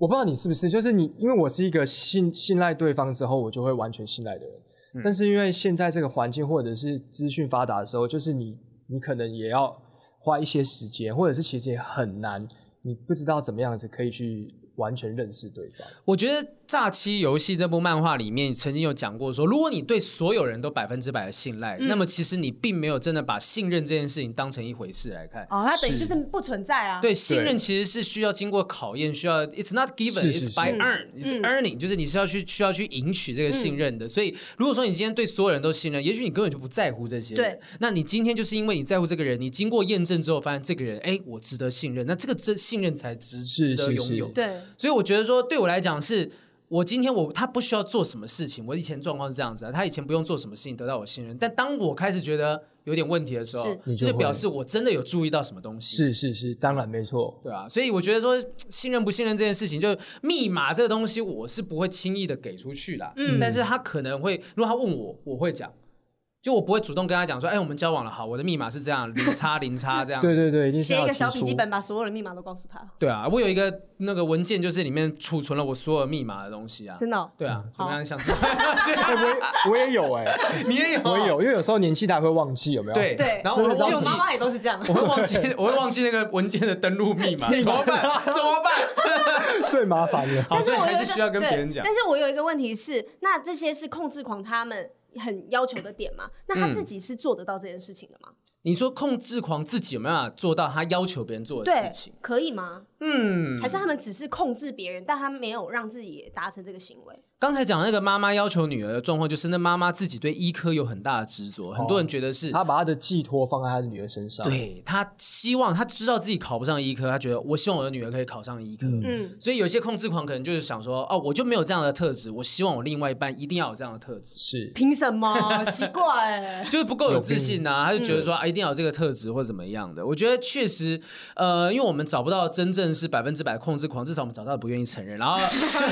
Speaker 1: 我不知道你是不是，就是你，因为我是一个信信赖对方之后，我就会完全信赖的人。但是因为现在这个环境或者是资讯发达的时候，就是你你可能也要花一些时间，或者是其实也很难，你不知道怎么样子可以去完全认识对方。
Speaker 2: 我觉得《诈欺游戏》这部漫画里面曾经有讲过说，如果你对所有人都百分之百的信赖，那么其实你并没有真的把信任这件事情当成一回事来看。
Speaker 3: 哦，他等于就是不存在啊，
Speaker 2: 对，信任其实是需要经过考验，需要 it's not given,
Speaker 1: 是是
Speaker 2: it's by
Speaker 1: 是
Speaker 2: earn,
Speaker 3: 嗯
Speaker 2: it's earning，、就是你是要去需要去赢取这个信任的。所以，如果说你今天对所有人都信任，也许你根本就不在乎这些人。
Speaker 3: 对，
Speaker 2: 那你今天就是因为你在乎这个人，你经过验证之后，发现这个人，哎，我值得信任，那这个这信任才值值
Speaker 1: 是
Speaker 2: 得
Speaker 1: 是
Speaker 2: 拥
Speaker 1: 是
Speaker 2: 有。
Speaker 3: 对，
Speaker 2: 所以我觉得说，对我来讲是。我今天我他不需要做什么事情，我以前状况是这样子啊，他以前不用做什么事情得到我信任，但当我开始觉得有点问题的时候
Speaker 3: 是，
Speaker 1: 你
Speaker 2: 就
Speaker 1: 就是会
Speaker 2: 表示我真的有注意到什么东西，
Speaker 1: 是是是，当然没错。
Speaker 2: 对啊，所
Speaker 3: 嗯
Speaker 2: 以我觉得说信任不信任这件事情，就密码这个东西，我是不会轻易的给出去的。嗯，但是他可能会，如果他问我，我会讲，就我不会主动跟他讲说，哎，我们交往了，好，我的密码是这样，零叉零叉 这样。
Speaker 1: 对对对，一定是
Speaker 3: 写
Speaker 1: 要
Speaker 3: 一个
Speaker 1: 提
Speaker 3: 小笔记
Speaker 1: 出
Speaker 3: 本，把所有的密码都告诉他，
Speaker 2: 对啊，我有一个那个文件，就是里面储存了我所有密码的东西啊。
Speaker 3: 真的哦，
Speaker 2: 对啊，怎么样？想知道？
Speaker 1: 哎我也我也有哎、
Speaker 2: 你也有，
Speaker 1: 我也。有，因为有时候年纪大会忘记有没有？
Speaker 2: 哦对
Speaker 3: 对，
Speaker 2: 然后我
Speaker 1: 真
Speaker 2: 会
Speaker 1: 的
Speaker 2: 忘
Speaker 1: 是
Speaker 3: 有
Speaker 2: 记，
Speaker 3: 妈妈也都是这样，
Speaker 2: 我会忘记，我会忘记那个文件的登录密 码，怎 么办？怎么办？
Speaker 1: 最麻烦了。
Speaker 2: 好，所以
Speaker 3: 我
Speaker 2: 还
Speaker 3: 有一
Speaker 2: 是
Speaker 3: 个
Speaker 2: 需要跟别
Speaker 3: 对
Speaker 2: 人讲
Speaker 3: 但。是我有一个问题是，那这些是控制狂他们很要求的点吗？那
Speaker 2: 嗯
Speaker 3: 他自己是做得到这件事情的吗？
Speaker 2: 你说控制狂自己有没有办法做到他要求别人做的
Speaker 3: 对
Speaker 2: 事情？，
Speaker 3: 可以吗？
Speaker 2: 嗯，
Speaker 3: 还是他们只是控制别人，但他没有让自己也达成这个行为？
Speaker 2: 刚才讲那个妈妈要求女儿的状况，就是那妈妈自己对医科有很大的执着，很
Speaker 3: 哦
Speaker 2: 多人觉得是。
Speaker 1: 他把他的寄托放在他的女儿身上，，
Speaker 2: 对她希望，她知道自己考不上医科，她觉得我希望我的女儿可以考上医科。
Speaker 3: 嗯
Speaker 2: 所以有些控制狂可能就是想说，哦，我就没有这样的特质，我希望我另外一半一定要有这样的特质。
Speaker 1: 是
Speaker 3: 凭什 么？奇怪、欸，
Speaker 2: 就是不够有自信
Speaker 3: 嗯
Speaker 2: 呐、啊，他就觉得说、啊，一定要有这个特质或怎么样的。我觉得确实，呃，因为我们找不到真正正是百分之百控制狂，至少我们找到不愿意承认，然 后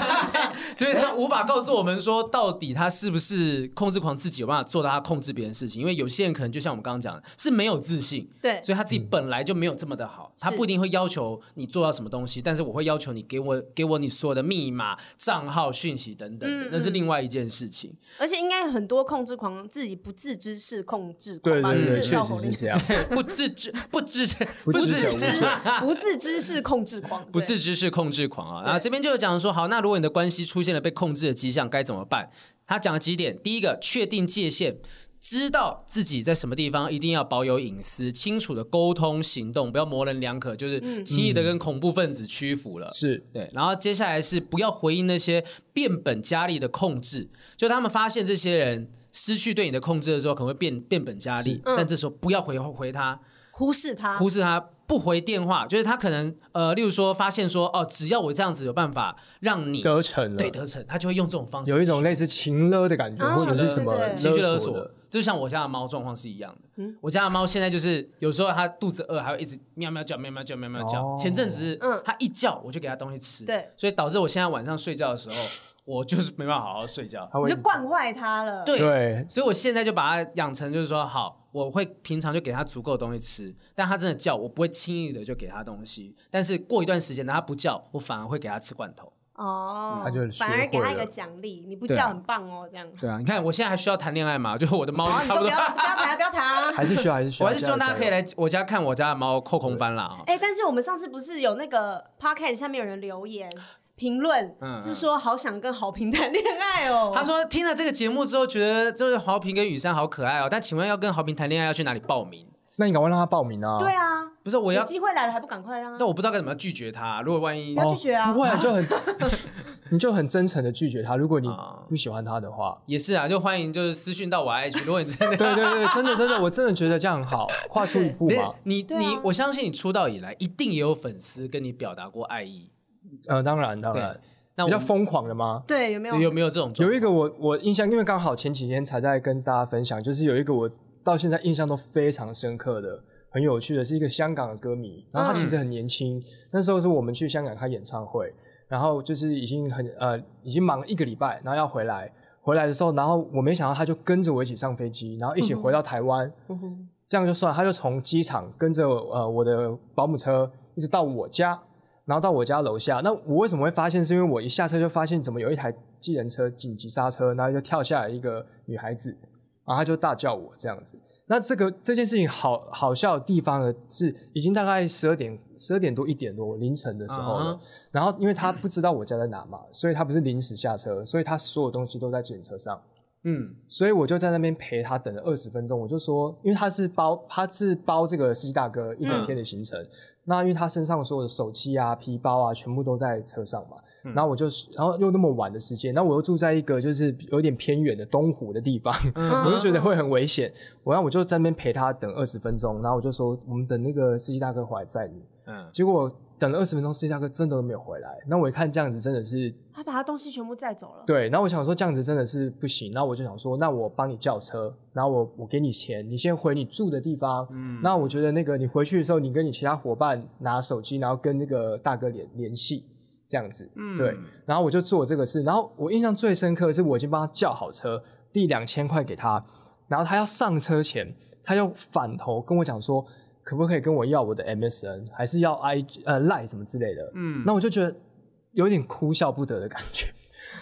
Speaker 2: 所以他无法告诉我们说到底他是不是控制狂，自己有办法做到他控制别人的事情，因为有些人可能就像我们刚刚讲的，是没有自信，
Speaker 3: 对
Speaker 2: 所以他自己本来就没有这么的好，他
Speaker 3: 是
Speaker 2: 不一定会要求你做到什么东西，但是我会要求你给我给我你所有的密码、账号、讯息等等
Speaker 3: 嗯
Speaker 2: 的，那是另外一件事情。
Speaker 3: 而且应该很多控制狂自己不自知是控制狂
Speaker 1: 对
Speaker 3: 吧？
Speaker 1: 对对，
Speaker 3: 这是
Speaker 1: 确
Speaker 3: 绕
Speaker 1: 实
Speaker 3: 口
Speaker 1: 是
Speaker 3: 令，
Speaker 1: 这样。
Speaker 2: 不自知、不知、
Speaker 1: 不知者无
Speaker 2: 知
Speaker 1: 罪，
Speaker 3: 不自知是控制狂，
Speaker 2: 不
Speaker 3: 对
Speaker 2: 自知是控制狂啊。
Speaker 3: 对
Speaker 2: 然后这边就有讲说，好，那如果你的关系出现了被控制的迹象，该怎么办？他讲了几点，第一个，确定界限。知道自己在什么地方，一定要保有隐私，清楚的沟通行动，不要模棱两可，就是轻易的跟恐怖分子屈服了。
Speaker 1: 是
Speaker 2: 对，然后接下来是不要回应那些变本加厉的控制，就他们发现这些人失去对你的控制的时候，可能会变变本加厉，但这时候不要回回他，
Speaker 3: 忽视他，
Speaker 2: 忽视他，不回电话，就是他可能呃，例如说发现说哦，只要我这样子有办法让你
Speaker 1: 得逞了，
Speaker 2: 对得逞，他就会用这种方式
Speaker 1: 有一种
Speaker 2: 继续
Speaker 1: 类似情勒的感觉，
Speaker 3: 啊
Speaker 1: 或者是什
Speaker 3: 对
Speaker 1: 么
Speaker 3: 对对嗯
Speaker 2: 情绪勒
Speaker 1: 索
Speaker 2: 索
Speaker 1: 的。，
Speaker 2: 就像我家的猫状况是一样的。我家的猫现在就是有时候它肚子饿，还会一直喵喵叫、喵喵叫、喵喵叫。
Speaker 1: 哦
Speaker 2: 前阵子
Speaker 3: 嗯
Speaker 2: 它一叫，我就给它东西吃，
Speaker 3: 对，
Speaker 2: 所以导致我现在晚上睡觉的时候，我就是没办法好好睡觉。
Speaker 1: 他
Speaker 3: 你
Speaker 1: 会
Speaker 3: 就惯坏他了。
Speaker 2: 对
Speaker 1: 对
Speaker 2: 所以我现在就把它养成，就是说，好，我会平常就给它足够的东西吃，但它真的叫，我不会轻易的就给它东西。但是过一段时间，它不叫，我反而会给它吃罐头。
Speaker 3: 哦，
Speaker 1: 他就学
Speaker 3: 反而给他一
Speaker 1: 会
Speaker 3: 个
Speaker 1: 了
Speaker 3: 奖励，你不
Speaker 2: 对啊
Speaker 3: 叫很棒哦， 这样。
Speaker 2: 对啊，你看我现在还需要谈恋爱嘛？就是我的猫
Speaker 3: 好，你
Speaker 2: 差
Speaker 3: 都
Speaker 2: 不多
Speaker 3: 不要，不要谈啊，不要谈啊。
Speaker 1: 还是需要还是需
Speaker 2: 我
Speaker 1: 要。
Speaker 2: 还是希望大家可以来我家看我家的猫扣空翻啦啊！
Speaker 3: 哎、但是我们上次不是有那个 podcast 下面有人留言评论，
Speaker 2: 嗯
Speaker 3: 就是说好想跟好评谈恋爱哦。
Speaker 2: 他说听了这个节目之后，觉得就是豪平跟雨珊好可爱哦。但请问要跟豪平谈恋爱要去哪里报名？
Speaker 1: 那你赶快让他报名啊！
Speaker 3: 对啊，
Speaker 2: 不是我
Speaker 3: 有
Speaker 2: 要，
Speaker 3: 机会来了还不赶快让
Speaker 2: 但
Speaker 3: 他？
Speaker 2: 我不知道该怎么拒绝他。如果万一
Speaker 3: 不要拒绝啊
Speaker 1: 不会啊， 就很你就很真诚的拒绝他。如果你
Speaker 2: 啊
Speaker 1: 不喜欢他的话，
Speaker 2: 也是啊，就欢迎就是私讯到我 IG。如果你真的
Speaker 1: 对对对，真的真的，我真的觉得这样很好，跨出一步
Speaker 2: 你
Speaker 1: 嘛。
Speaker 2: 你
Speaker 3: 对啊
Speaker 2: 你，我相信你出道以来一定也有粉丝跟你表达过爱意。
Speaker 1: 呃，当然当然
Speaker 2: 对，那我
Speaker 1: 比较
Speaker 2: 们
Speaker 1: 疯狂的吗？
Speaker 3: 对，有没有？
Speaker 2: 对有没有这种状
Speaker 1: 有
Speaker 2: 况？
Speaker 1: 一个我我印象，因为刚好前几天才在跟大家分享，就是有一个我到现在印象都非常深刻的、很有趣的，是一个香港的歌迷，然后
Speaker 2: 嗯
Speaker 1: 他其实很年轻，那时候是我们去香港开演唱会，然后就是已经很呃已经忙了一个礼拜，然后要回来，回来的时候，然后我没想到他就跟着我一起上飞机，然后一起
Speaker 2: 嗯
Speaker 1: 回到台湾，这样就算了，他就从机场跟着呃我的保姆车一直到我家，然后到我家楼下。那我为什么会发现？是因为我一下车就发现怎么有一台计程车紧急刹车，然后就跳下来一个女孩子，然后她就大叫我这样子。那这个这件事情好好笑的地方呢，是已经大概十二点十二点多一点多凌晨的时候了。
Speaker 2: 啊
Speaker 1: 然后因为他不知道我家在哪嘛，所以他不是临时下车，所以他所有东西都在计程车上。
Speaker 2: 嗯，
Speaker 1: 所以我就在那边陪他等了二十分钟，我就说，因为他是包他是包这个司机大哥一整天的行程，那因为他身上所有的手机啊、皮包啊，全部都在车上嘛，然后我就然后又那么晚的时间，那我又住在一个就是有点偏远的东湖的地方，嗯我就觉得会很危险，我然后我就在那边陪他等二十分钟，然后我就说，我们等那个司机大哥回来载你，
Speaker 2: 嗯，
Speaker 1: 结果等了二十分钟，司机大哥真的都没有回来，那我一看这样子真的是
Speaker 3: 他把他东西全部载走了。
Speaker 1: 对，然后我想说这样子真的是不行，那我就想说，那我帮你叫车，然后我我给你钱，你先回你住的地方。嗯，那我觉得那个你回去的时候，你跟你其他伙伴拿手机，然后跟那个大哥联联系，这样子。嗯，对。然后我就做这个事，然后我印象最深刻的是，我已经帮他叫好车，递两千块给他，然后他要上车前，他又反头跟我讲说，可不可以跟我要我的 MSN，还是要 I 呃 Line 什么之类的。嗯，那我就觉得有点哭笑不得的感觉。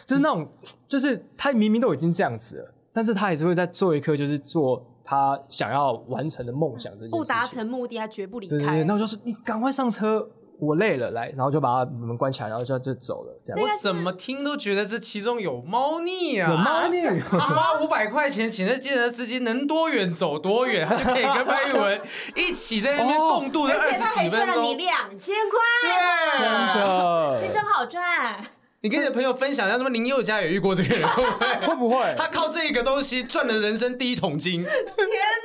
Speaker 1: 就是那种，就是他明明都已经这样子了，但是他还是会在做一刻，就是做他想要完成的梦想这件事情。
Speaker 3: 嗯不达成目的，他绝不离
Speaker 1: 对对
Speaker 3: 开。
Speaker 1: 对，那我就说你赶快上车，我累了，来，然后就把他门关起来，然后就就走了，这样。
Speaker 2: 我怎么听都觉得这其中有猫腻啊！
Speaker 1: 有猫腻，
Speaker 2: 他花五百块钱请那计程司机，能多远走多远，他就可以跟潘玉文一起在那边
Speaker 1: 哦
Speaker 2: 共度那
Speaker 3: 而
Speaker 2: 二
Speaker 3: 且
Speaker 2: 十
Speaker 3: 他还
Speaker 2: 几
Speaker 3: 赚
Speaker 2: 分
Speaker 3: 了你
Speaker 2: 钟。
Speaker 3: 两千块，
Speaker 1: 真
Speaker 2: 对，
Speaker 3: 钱
Speaker 1: 的
Speaker 3: 真好赚。
Speaker 2: 你跟你的朋友分享一下，什么林宥嘉也遇过 这个人，会不会
Speaker 1: 会不会？
Speaker 2: 他靠这个东西赚了人生第一桶金。
Speaker 3: 天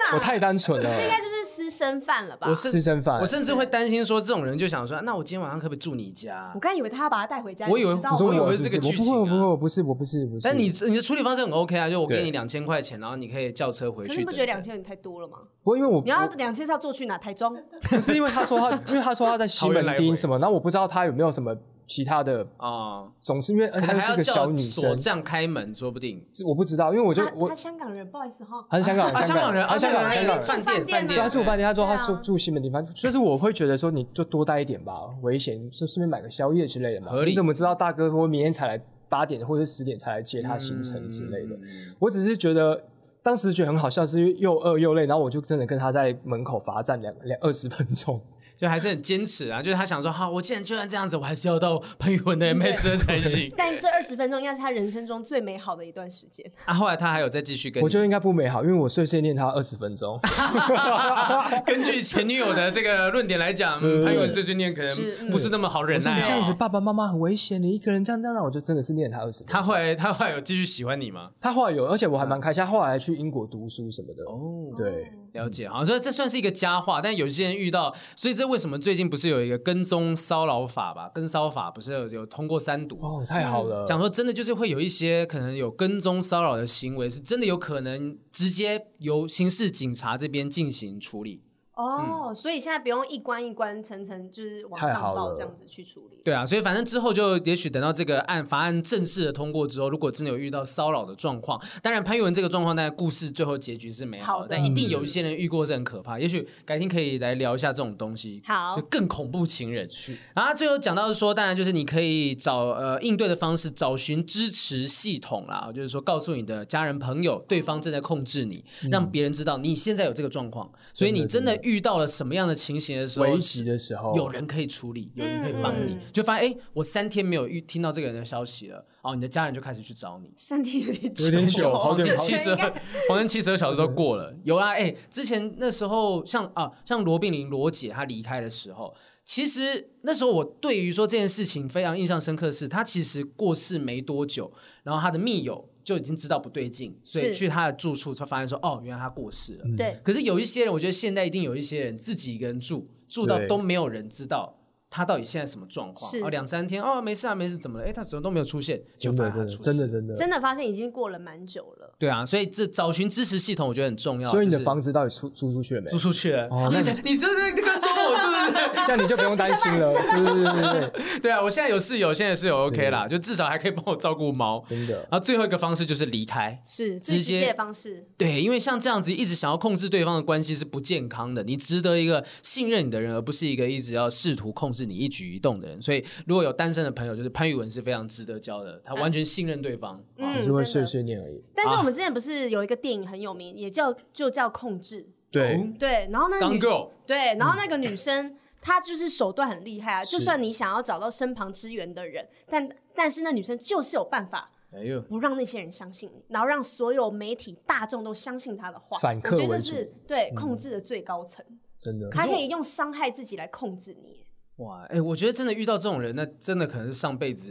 Speaker 3: 哪！
Speaker 1: 我太单纯了，
Speaker 3: 应该就是私吃生饭了吧？
Speaker 2: 我
Speaker 1: 吃
Speaker 2: 是
Speaker 1: 剩饭
Speaker 2: 我。甚至会担心说，这种人就想说，那我今天晚上可不可以住你家
Speaker 3: 我？刚以为他要把他带回家，
Speaker 2: 我以为
Speaker 3: 你知道
Speaker 2: 你
Speaker 1: 你说
Speaker 2: 说
Speaker 3: 吗
Speaker 2: 我以
Speaker 1: 我
Speaker 2: 为是这
Speaker 1: 是
Speaker 2: 个
Speaker 1: 不是
Speaker 2: 剧
Speaker 1: 不
Speaker 2: 情
Speaker 1: 会
Speaker 2: 啊
Speaker 1: 我不会，我不是我不是不是。
Speaker 2: 但你你的处理方式很 OK 啊，就我给
Speaker 1: 对
Speaker 2: 你两千块钱，然后你可以叫车回
Speaker 3: 可
Speaker 2: 去。
Speaker 3: 是你不觉得
Speaker 2: 对
Speaker 3: 两千元太多了吗？
Speaker 1: 不过因为我
Speaker 3: 你要两千是要坐去哪？台中？
Speaker 1: 不 是因为他说他，因为他说他在西
Speaker 2: 桃园来
Speaker 1: 门
Speaker 2: 回
Speaker 1: 町什么，然后我不知道他有没有什么其他的，
Speaker 2: 啊？
Speaker 1: 总是因为
Speaker 2: 可
Speaker 1: 呃
Speaker 2: 能
Speaker 1: 她
Speaker 2: 还
Speaker 1: 是
Speaker 2: 要
Speaker 1: 个小
Speaker 2: 叫
Speaker 1: 女
Speaker 2: 锁
Speaker 1: 生，
Speaker 2: 匠开门，说不定。
Speaker 1: 我不知道，因为我就
Speaker 3: 他
Speaker 1: 我
Speaker 3: 他香港人，不好意思哈。
Speaker 1: 他是香港
Speaker 2: 啊，
Speaker 1: 人，
Speaker 2: 香港人，
Speaker 1: 他
Speaker 2: 啊，
Speaker 1: 香港人，香港人。
Speaker 2: 饭店，
Speaker 3: 饭店
Speaker 2: 饭
Speaker 3: 啊
Speaker 1: 对，他住饭店，他说他
Speaker 3: 对啊
Speaker 1: 住住西门町，反正就是我会觉得说你就多待一点吧，危险，就顺便买个宵夜之类的嘛。
Speaker 2: 合理
Speaker 1: 你怎么知道大哥会明天才来八点或者十点才来接他
Speaker 2: 嗯
Speaker 1: 行程之类的？我只是觉得当时觉得很好笑，是因为又饿又累，然后我就真的跟他在门口罚站两两二十分钟。
Speaker 2: 就还是很坚持啊，就是他想说，好，我既然就算这样子，我还是要到朋友的 MSN 才行。
Speaker 3: 但这二十分钟应该是他人生中最美好的一段时间。
Speaker 2: 啊，后来他还有再继续跟你，
Speaker 1: 我觉得应该不美好，因为我碎碎念他二十分钟。
Speaker 2: 根据前女友的这个论点来讲，
Speaker 1: 对
Speaker 2: 嗯
Speaker 1: 对
Speaker 2: 朋友
Speaker 1: 对
Speaker 2: 碎碎念可
Speaker 3: 是
Speaker 2: 能
Speaker 3: 嗯
Speaker 2: 不是那么好忍
Speaker 1: 我说
Speaker 2: 耐
Speaker 1: 你这样
Speaker 2: 哦。
Speaker 1: 子，爸爸妈妈很危险，你一个人这样这样，我就真的是念他二十。
Speaker 2: 他后来他后来有继续喜欢你吗？
Speaker 1: 他后来有，而且我还蛮开心，他后来还去英国读书什么的。
Speaker 2: 哦
Speaker 1: 对，
Speaker 2: 了解，好，所以这算是一个佳话，但有些人遇到，所以这为什么最近不是有一个跟踪骚扰法吧？跟骚法不是有有通过三读
Speaker 1: 哦，太好了，
Speaker 2: 讲说真的，就是会有一些可能有跟踪骚扰的行为，是真的有可能直接由刑事警察这边进行处理。
Speaker 3: 哦，所以现在不用一关一关层层就是往
Speaker 1: 太
Speaker 3: 上
Speaker 1: 好
Speaker 3: 报
Speaker 1: 了
Speaker 3: 这样子去处理。
Speaker 2: 对啊，所以反正之后就也许等到这个案法案正式的通过之后，如果真的有遇到骚扰的状况，当然潘玉文这个状况，当然故事最后结局是美好的，嗯
Speaker 3: 好的
Speaker 2: 但一定有一些人遇过是很可怕。也许改天可以来聊一下这种东西。
Speaker 3: 好
Speaker 2: 就更恐怖情人。然后他最后讲到是说，当然就是你可以找呃应对的方式，找寻支持系统啦，就是说告诉你的家人朋友，对方正在控制你，让别人知道你现在有这个状况，所以你真的遇到了什么样的情形的时候，
Speaker 1: 危急的时候
Speaker 2: 有人可以处理，有人可以帮你，
Speaker 3: 嗯
Speaker 2: 就发现哎、诶我三天没有遇听到这个人的消息了，哦，你的家人就开始去找你。
Speaker 3: 三天有 点 久，
Speaker 1: 有点久好
Speaker 2: 黄
Speaker 1: 久
Speaker 2: 金
Speaker 1: 好久
Speaker 2: 七十二， 黄金七十二小时都过了。有啊，哎、之前那时候像啊，像罗碧玲罗姐她离开的时候，其实那时候我对于说这件事情非常印象深刻的是，她其实过世没多久，然后她的密友就已经知道不对劲，所以
Speaker 3: 是
Speaker 2: 去她的住处才发现说，哦，原来她过世了。
Speaker 3: 对，
Speaker 2: 可是有一些人，我觉得现在一定有一些人自己一个人住，住到
Speaker 1: 对
Speaker 2: 都没有人知道他到底现在什么状况。
Speaker 3: 是
Speaker 2: 哦，两三天哦，没事啊，没事，怎么了？哎，他怎么都没有出现，就
Speaker 1: 真
Speaker 2: 发
Speaker 1: 的
Speaker 2: 现他
Speaker 1: 真的
Speaker 2: 出
Speaker 1: 真的
Speaker 2: 事。
Speaker 1: 真的。
Speaker 3: 真的发现已经过了蛮久了。
Speaker 2: 对啊，所以这找寻支持系统我觉得很重要。
Speaker 1: 所以你
Speaker 2: 就
Speaker 1: 的
Speaker 2: 是
Speaker 1: 房子到底租租出去了没
Speaker 2: 租？出去了，
Speaker 1: 哦
Speaker 2: 你
Speaker 1: 那
Speaker 2: 这 你这这这跟踪我是不是？
Speaker 1: 这样你就不用担心 了。对对对对 对，
Speaker 2: 对啊，我现在有室友，现在室友 OK 啦，就至少还可以帮我照顾猫。
Speaker 1: 真的
Speaker 2: 然后最后一个方式就是离开，
Speaker 3: 是
Speaker 2: 直
Speaker 3: 最直
Speaker 2: 接
Speaker 3: 接的方式，
Speaker 2: 对，因为像这样子一直想要控制对方的关系是不健康的。你值得一个信任你的人，而不是一个一直要试图控制你一举一动的人。所以，如果有单身的朋友，就是潘宇文是非常值得交的，他完全信任对方。
Speaker 3: 嗯，
Speaker 1: 只
Speaker 3: 真
Speaker 1: 是会碎
Speaker 3: 的。
Speaker 1: 碎念而已。
Speaker 3: 但是我们之前不是有一个电影很有名，也叫就叫《控制
Speaker 1: 对，》，
Speaker 3: 对，然后那个
Speaker 2: 当
Speaker 3: 女
Speaker 2: girl，
Speaker 3: 对，
Speaker 1: 嗯
Speaker 3: 然后那个女生、她就是手段很厉害啊，就算你想要找到身旁支援的人，但但是那女生就是有办法
Speaker 2: 哎呦，
Speaker 3: 不让那些人相信你，然后让所有媒体大众都相信她的话。
Speaker 1: 反客
Speaker 3: 我觉得
Speaker 1: 为
Speaker 3: 这
Speaker 1: 主嗯
Speaker 3: 是对控制的最高层，
Speaker 1: 真的。
Speaker 3: 她可以用伤害自己来控制你。
Speaker 2: 哇，哎，我觉得真的遇到这种人，那真的可能是上辈子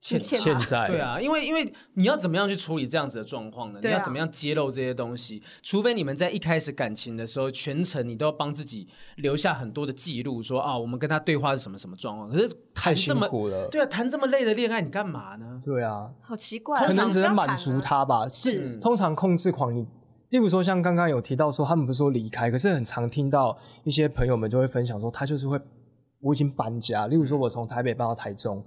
Speaker 2: 欠
Speaker 3: 欠
Speaker 2: 欠
Speaker 1: 现在
Speaker 2: 对啊，因为因为你要怎么样去处理这样子的状况呢？你
Speaker 3: 对啊
Speaker 2: 要怎么样揭露这些东西？除非你们在一开始感情的时候，全程你都要帮自己留下很多的记录，说啊，我们跟他对话是什么什么状况。可是
Speaker 1: 太
Speaker 2: 谈
Speaker 1: 辛
Speaker 2: 这么
Speaker 1: 苦了。
Speaker 2: 对啊，谈这么累的恋爱，你干嘛呢？
Speaker 1: 对啊，
Speaker 3: 好奇怪啊，
Speaker 1: 可能只能
Speaker 3: 不要
Speaker 1: 满足
Speaker 3: 谈啊。
Speaker 1: 他吧。
Speaker 3: 是
Speaker 1: 通常控制狂你。例如说，像刚刚有提到说，他们不是说离开，可是很常听到一些朋友们就会分享说，他就是会，我已经搬家。例如说，我从台北搬到台中，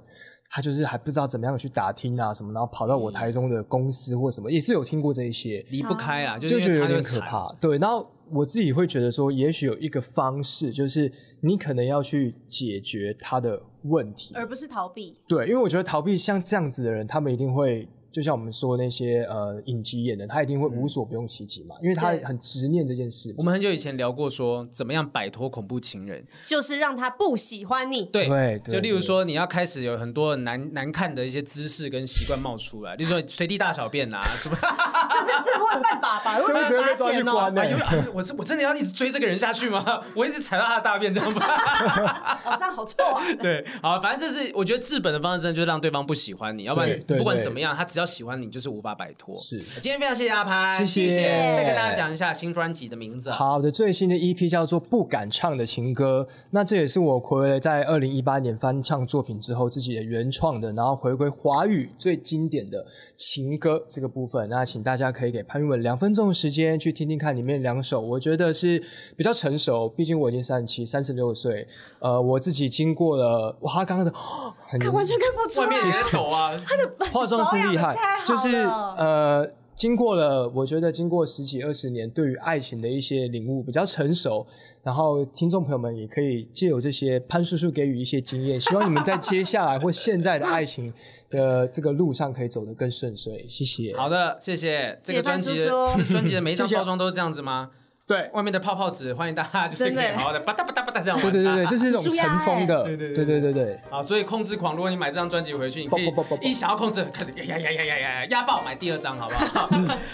Speaker 1: 他就是还不知道怎么样去打听啊什么，然后跑到我台中的公司或什么，也是有听过这一些。
Speaker 2: 离不开啦，就
Speaker 1: 啊就是
Speaker 2: 因
Speaker 1: 觉得
Speaker 2: 为
Speaker 1: 有
Speaker 2: 他就
Speaker 1: 点
Speaker 2: 会
Speaker 1: 可
Speaker 2: 缠。
Speaker 1: 怕。对，然后我自己会觉得说，也许有一个方式，就是你可能要去解决他的问题，
Speaker 3: 而不是逃避，
Speaker 1: 对，因为我觉得逃避像这样子的人，他们一定会，就像我们说那些呃影集演的，他一定会无所不用其极嘛，因为他
Speaker 3: 对
Speaker 1: 很执念这件事
Speaker 2: 我
Speaker 1: 嘛。
Speaker 2: 们很久以前聊过说，怎么样摆脱恐怖情人？
Speaker 3: 就是让他不喜欢你。
Speaker 2: 对，
Speaker 1: 对，
Speaker 2: 就例如说，你要开始有很多难难看的一些姿势跟习惯冒出来，例如说随地大小 便啦、什么
Speaker 3: 这是这会犯法吧？
Speaker 1: 这
Speaker 3: 会
Speaker 1: 会
Speaker 3: 被
Speaker 1: 直接被
Speaker 3: 罚
Speaker 1: 抓去
Speaker 3: 钱哦
Speaker 1: 关。呢、欸
Speaker 2: 啊，有啊我是我真的要一直追这个人下去吗？ 我一直踩到他的大便，这样吧？
Speaker 3: 哦，这样好臭啊！
Speaker 2: 对，好，反正这是我觉得治本的方式，真的就是让对方不喜欢你，要不然
Speaker 1: 是对
Speaker 2: 不管
Speaker 1: 对
Speaker 2: 怎么样，他只要要喜欢你，就是无法摆脱。
Speaker 1: 是
Speaker 2: 今天非常谢谢阿潘，
Speaker 1: 谢谢
Speaker 2: 再跟大家讲一下新专辑的名字啊。
Speaker 1: 好的，最新的 EP 叫做《不敢唱的情歌》，那这也是我回了在二零一八年翻唱作品之后自己的原创的，然后回归华语最经典的情歌这个部分。那请大家可以给潘玉文两分钟的时间去听听看里面两首，我觉得是比较成熟，毕竟我已经三十七、三十六岁，呃，我自己经过了哇，他刚刚的 很
Speaker 3: 看完全看不出
Speaker 2: 外
Speaker 3: 来
Speaker 2: 面也在抖啊，
Speaker 1: 化妆师厉害
Speaker 3: 保养得太好了，
Speaker 1: 就是呃，经过了我觉得经过十几二十年，对于爱情的一些领悟比较成熟。然后听众朋友们也可以借由这些潘叔叔给予一些经验，希望你们在接下来或现在的爱情的这个路上可以走得更顺遂。谢谢。
Speaker 2: 好的，谢谢。这
Speaker 3: 谢
Speaker 2: 个
Speaker 3: 谢
Speaker 2: 专
Speaker 3: 范
Speaker 2: 辑
Speaker 3: 叔
Speaker 2: 的，
Speaker 3: 叔
Speaker 2: 这专辑的每一张
Speaker 1: 谢谢
Speaker 2: 包装都是这样子吗？
Speaker 1: 对。
Speaker 2: 外面的泡泡纸，欢迎大家就是可
Speaker 3: 真
Speaker 2: 以
Speaker 3: 的
Speaker 2: 好好的吧嗒吧嗒吧嗒这样玩。
Speaker 1: 对对对对，这是一种
Speaker 3: 很舒压
Speaker 1: 尘封的，
Speaker 2: 欸
Speaker 1: 对对对对对，
Speaker 2: 啊，所以控制狂，如果你买这张专辑回去，你可以
Speaker 1: 不不不不不
Speaker 2: 一想要控制，开始呀呀呀呀呀呀压爆买第二张，好不好？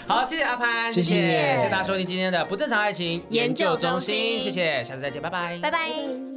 Speaker 2: 好，谢谢阿潘，谢
Speaker 1: 嗯谢谢
Speaker 2: 谢谢谢大家收听今天的不正常爱情
Speaker 3: 研究中心
Speaker 2: 谢谢，下次再见，拜拜，
Speaker 3: 拜拜。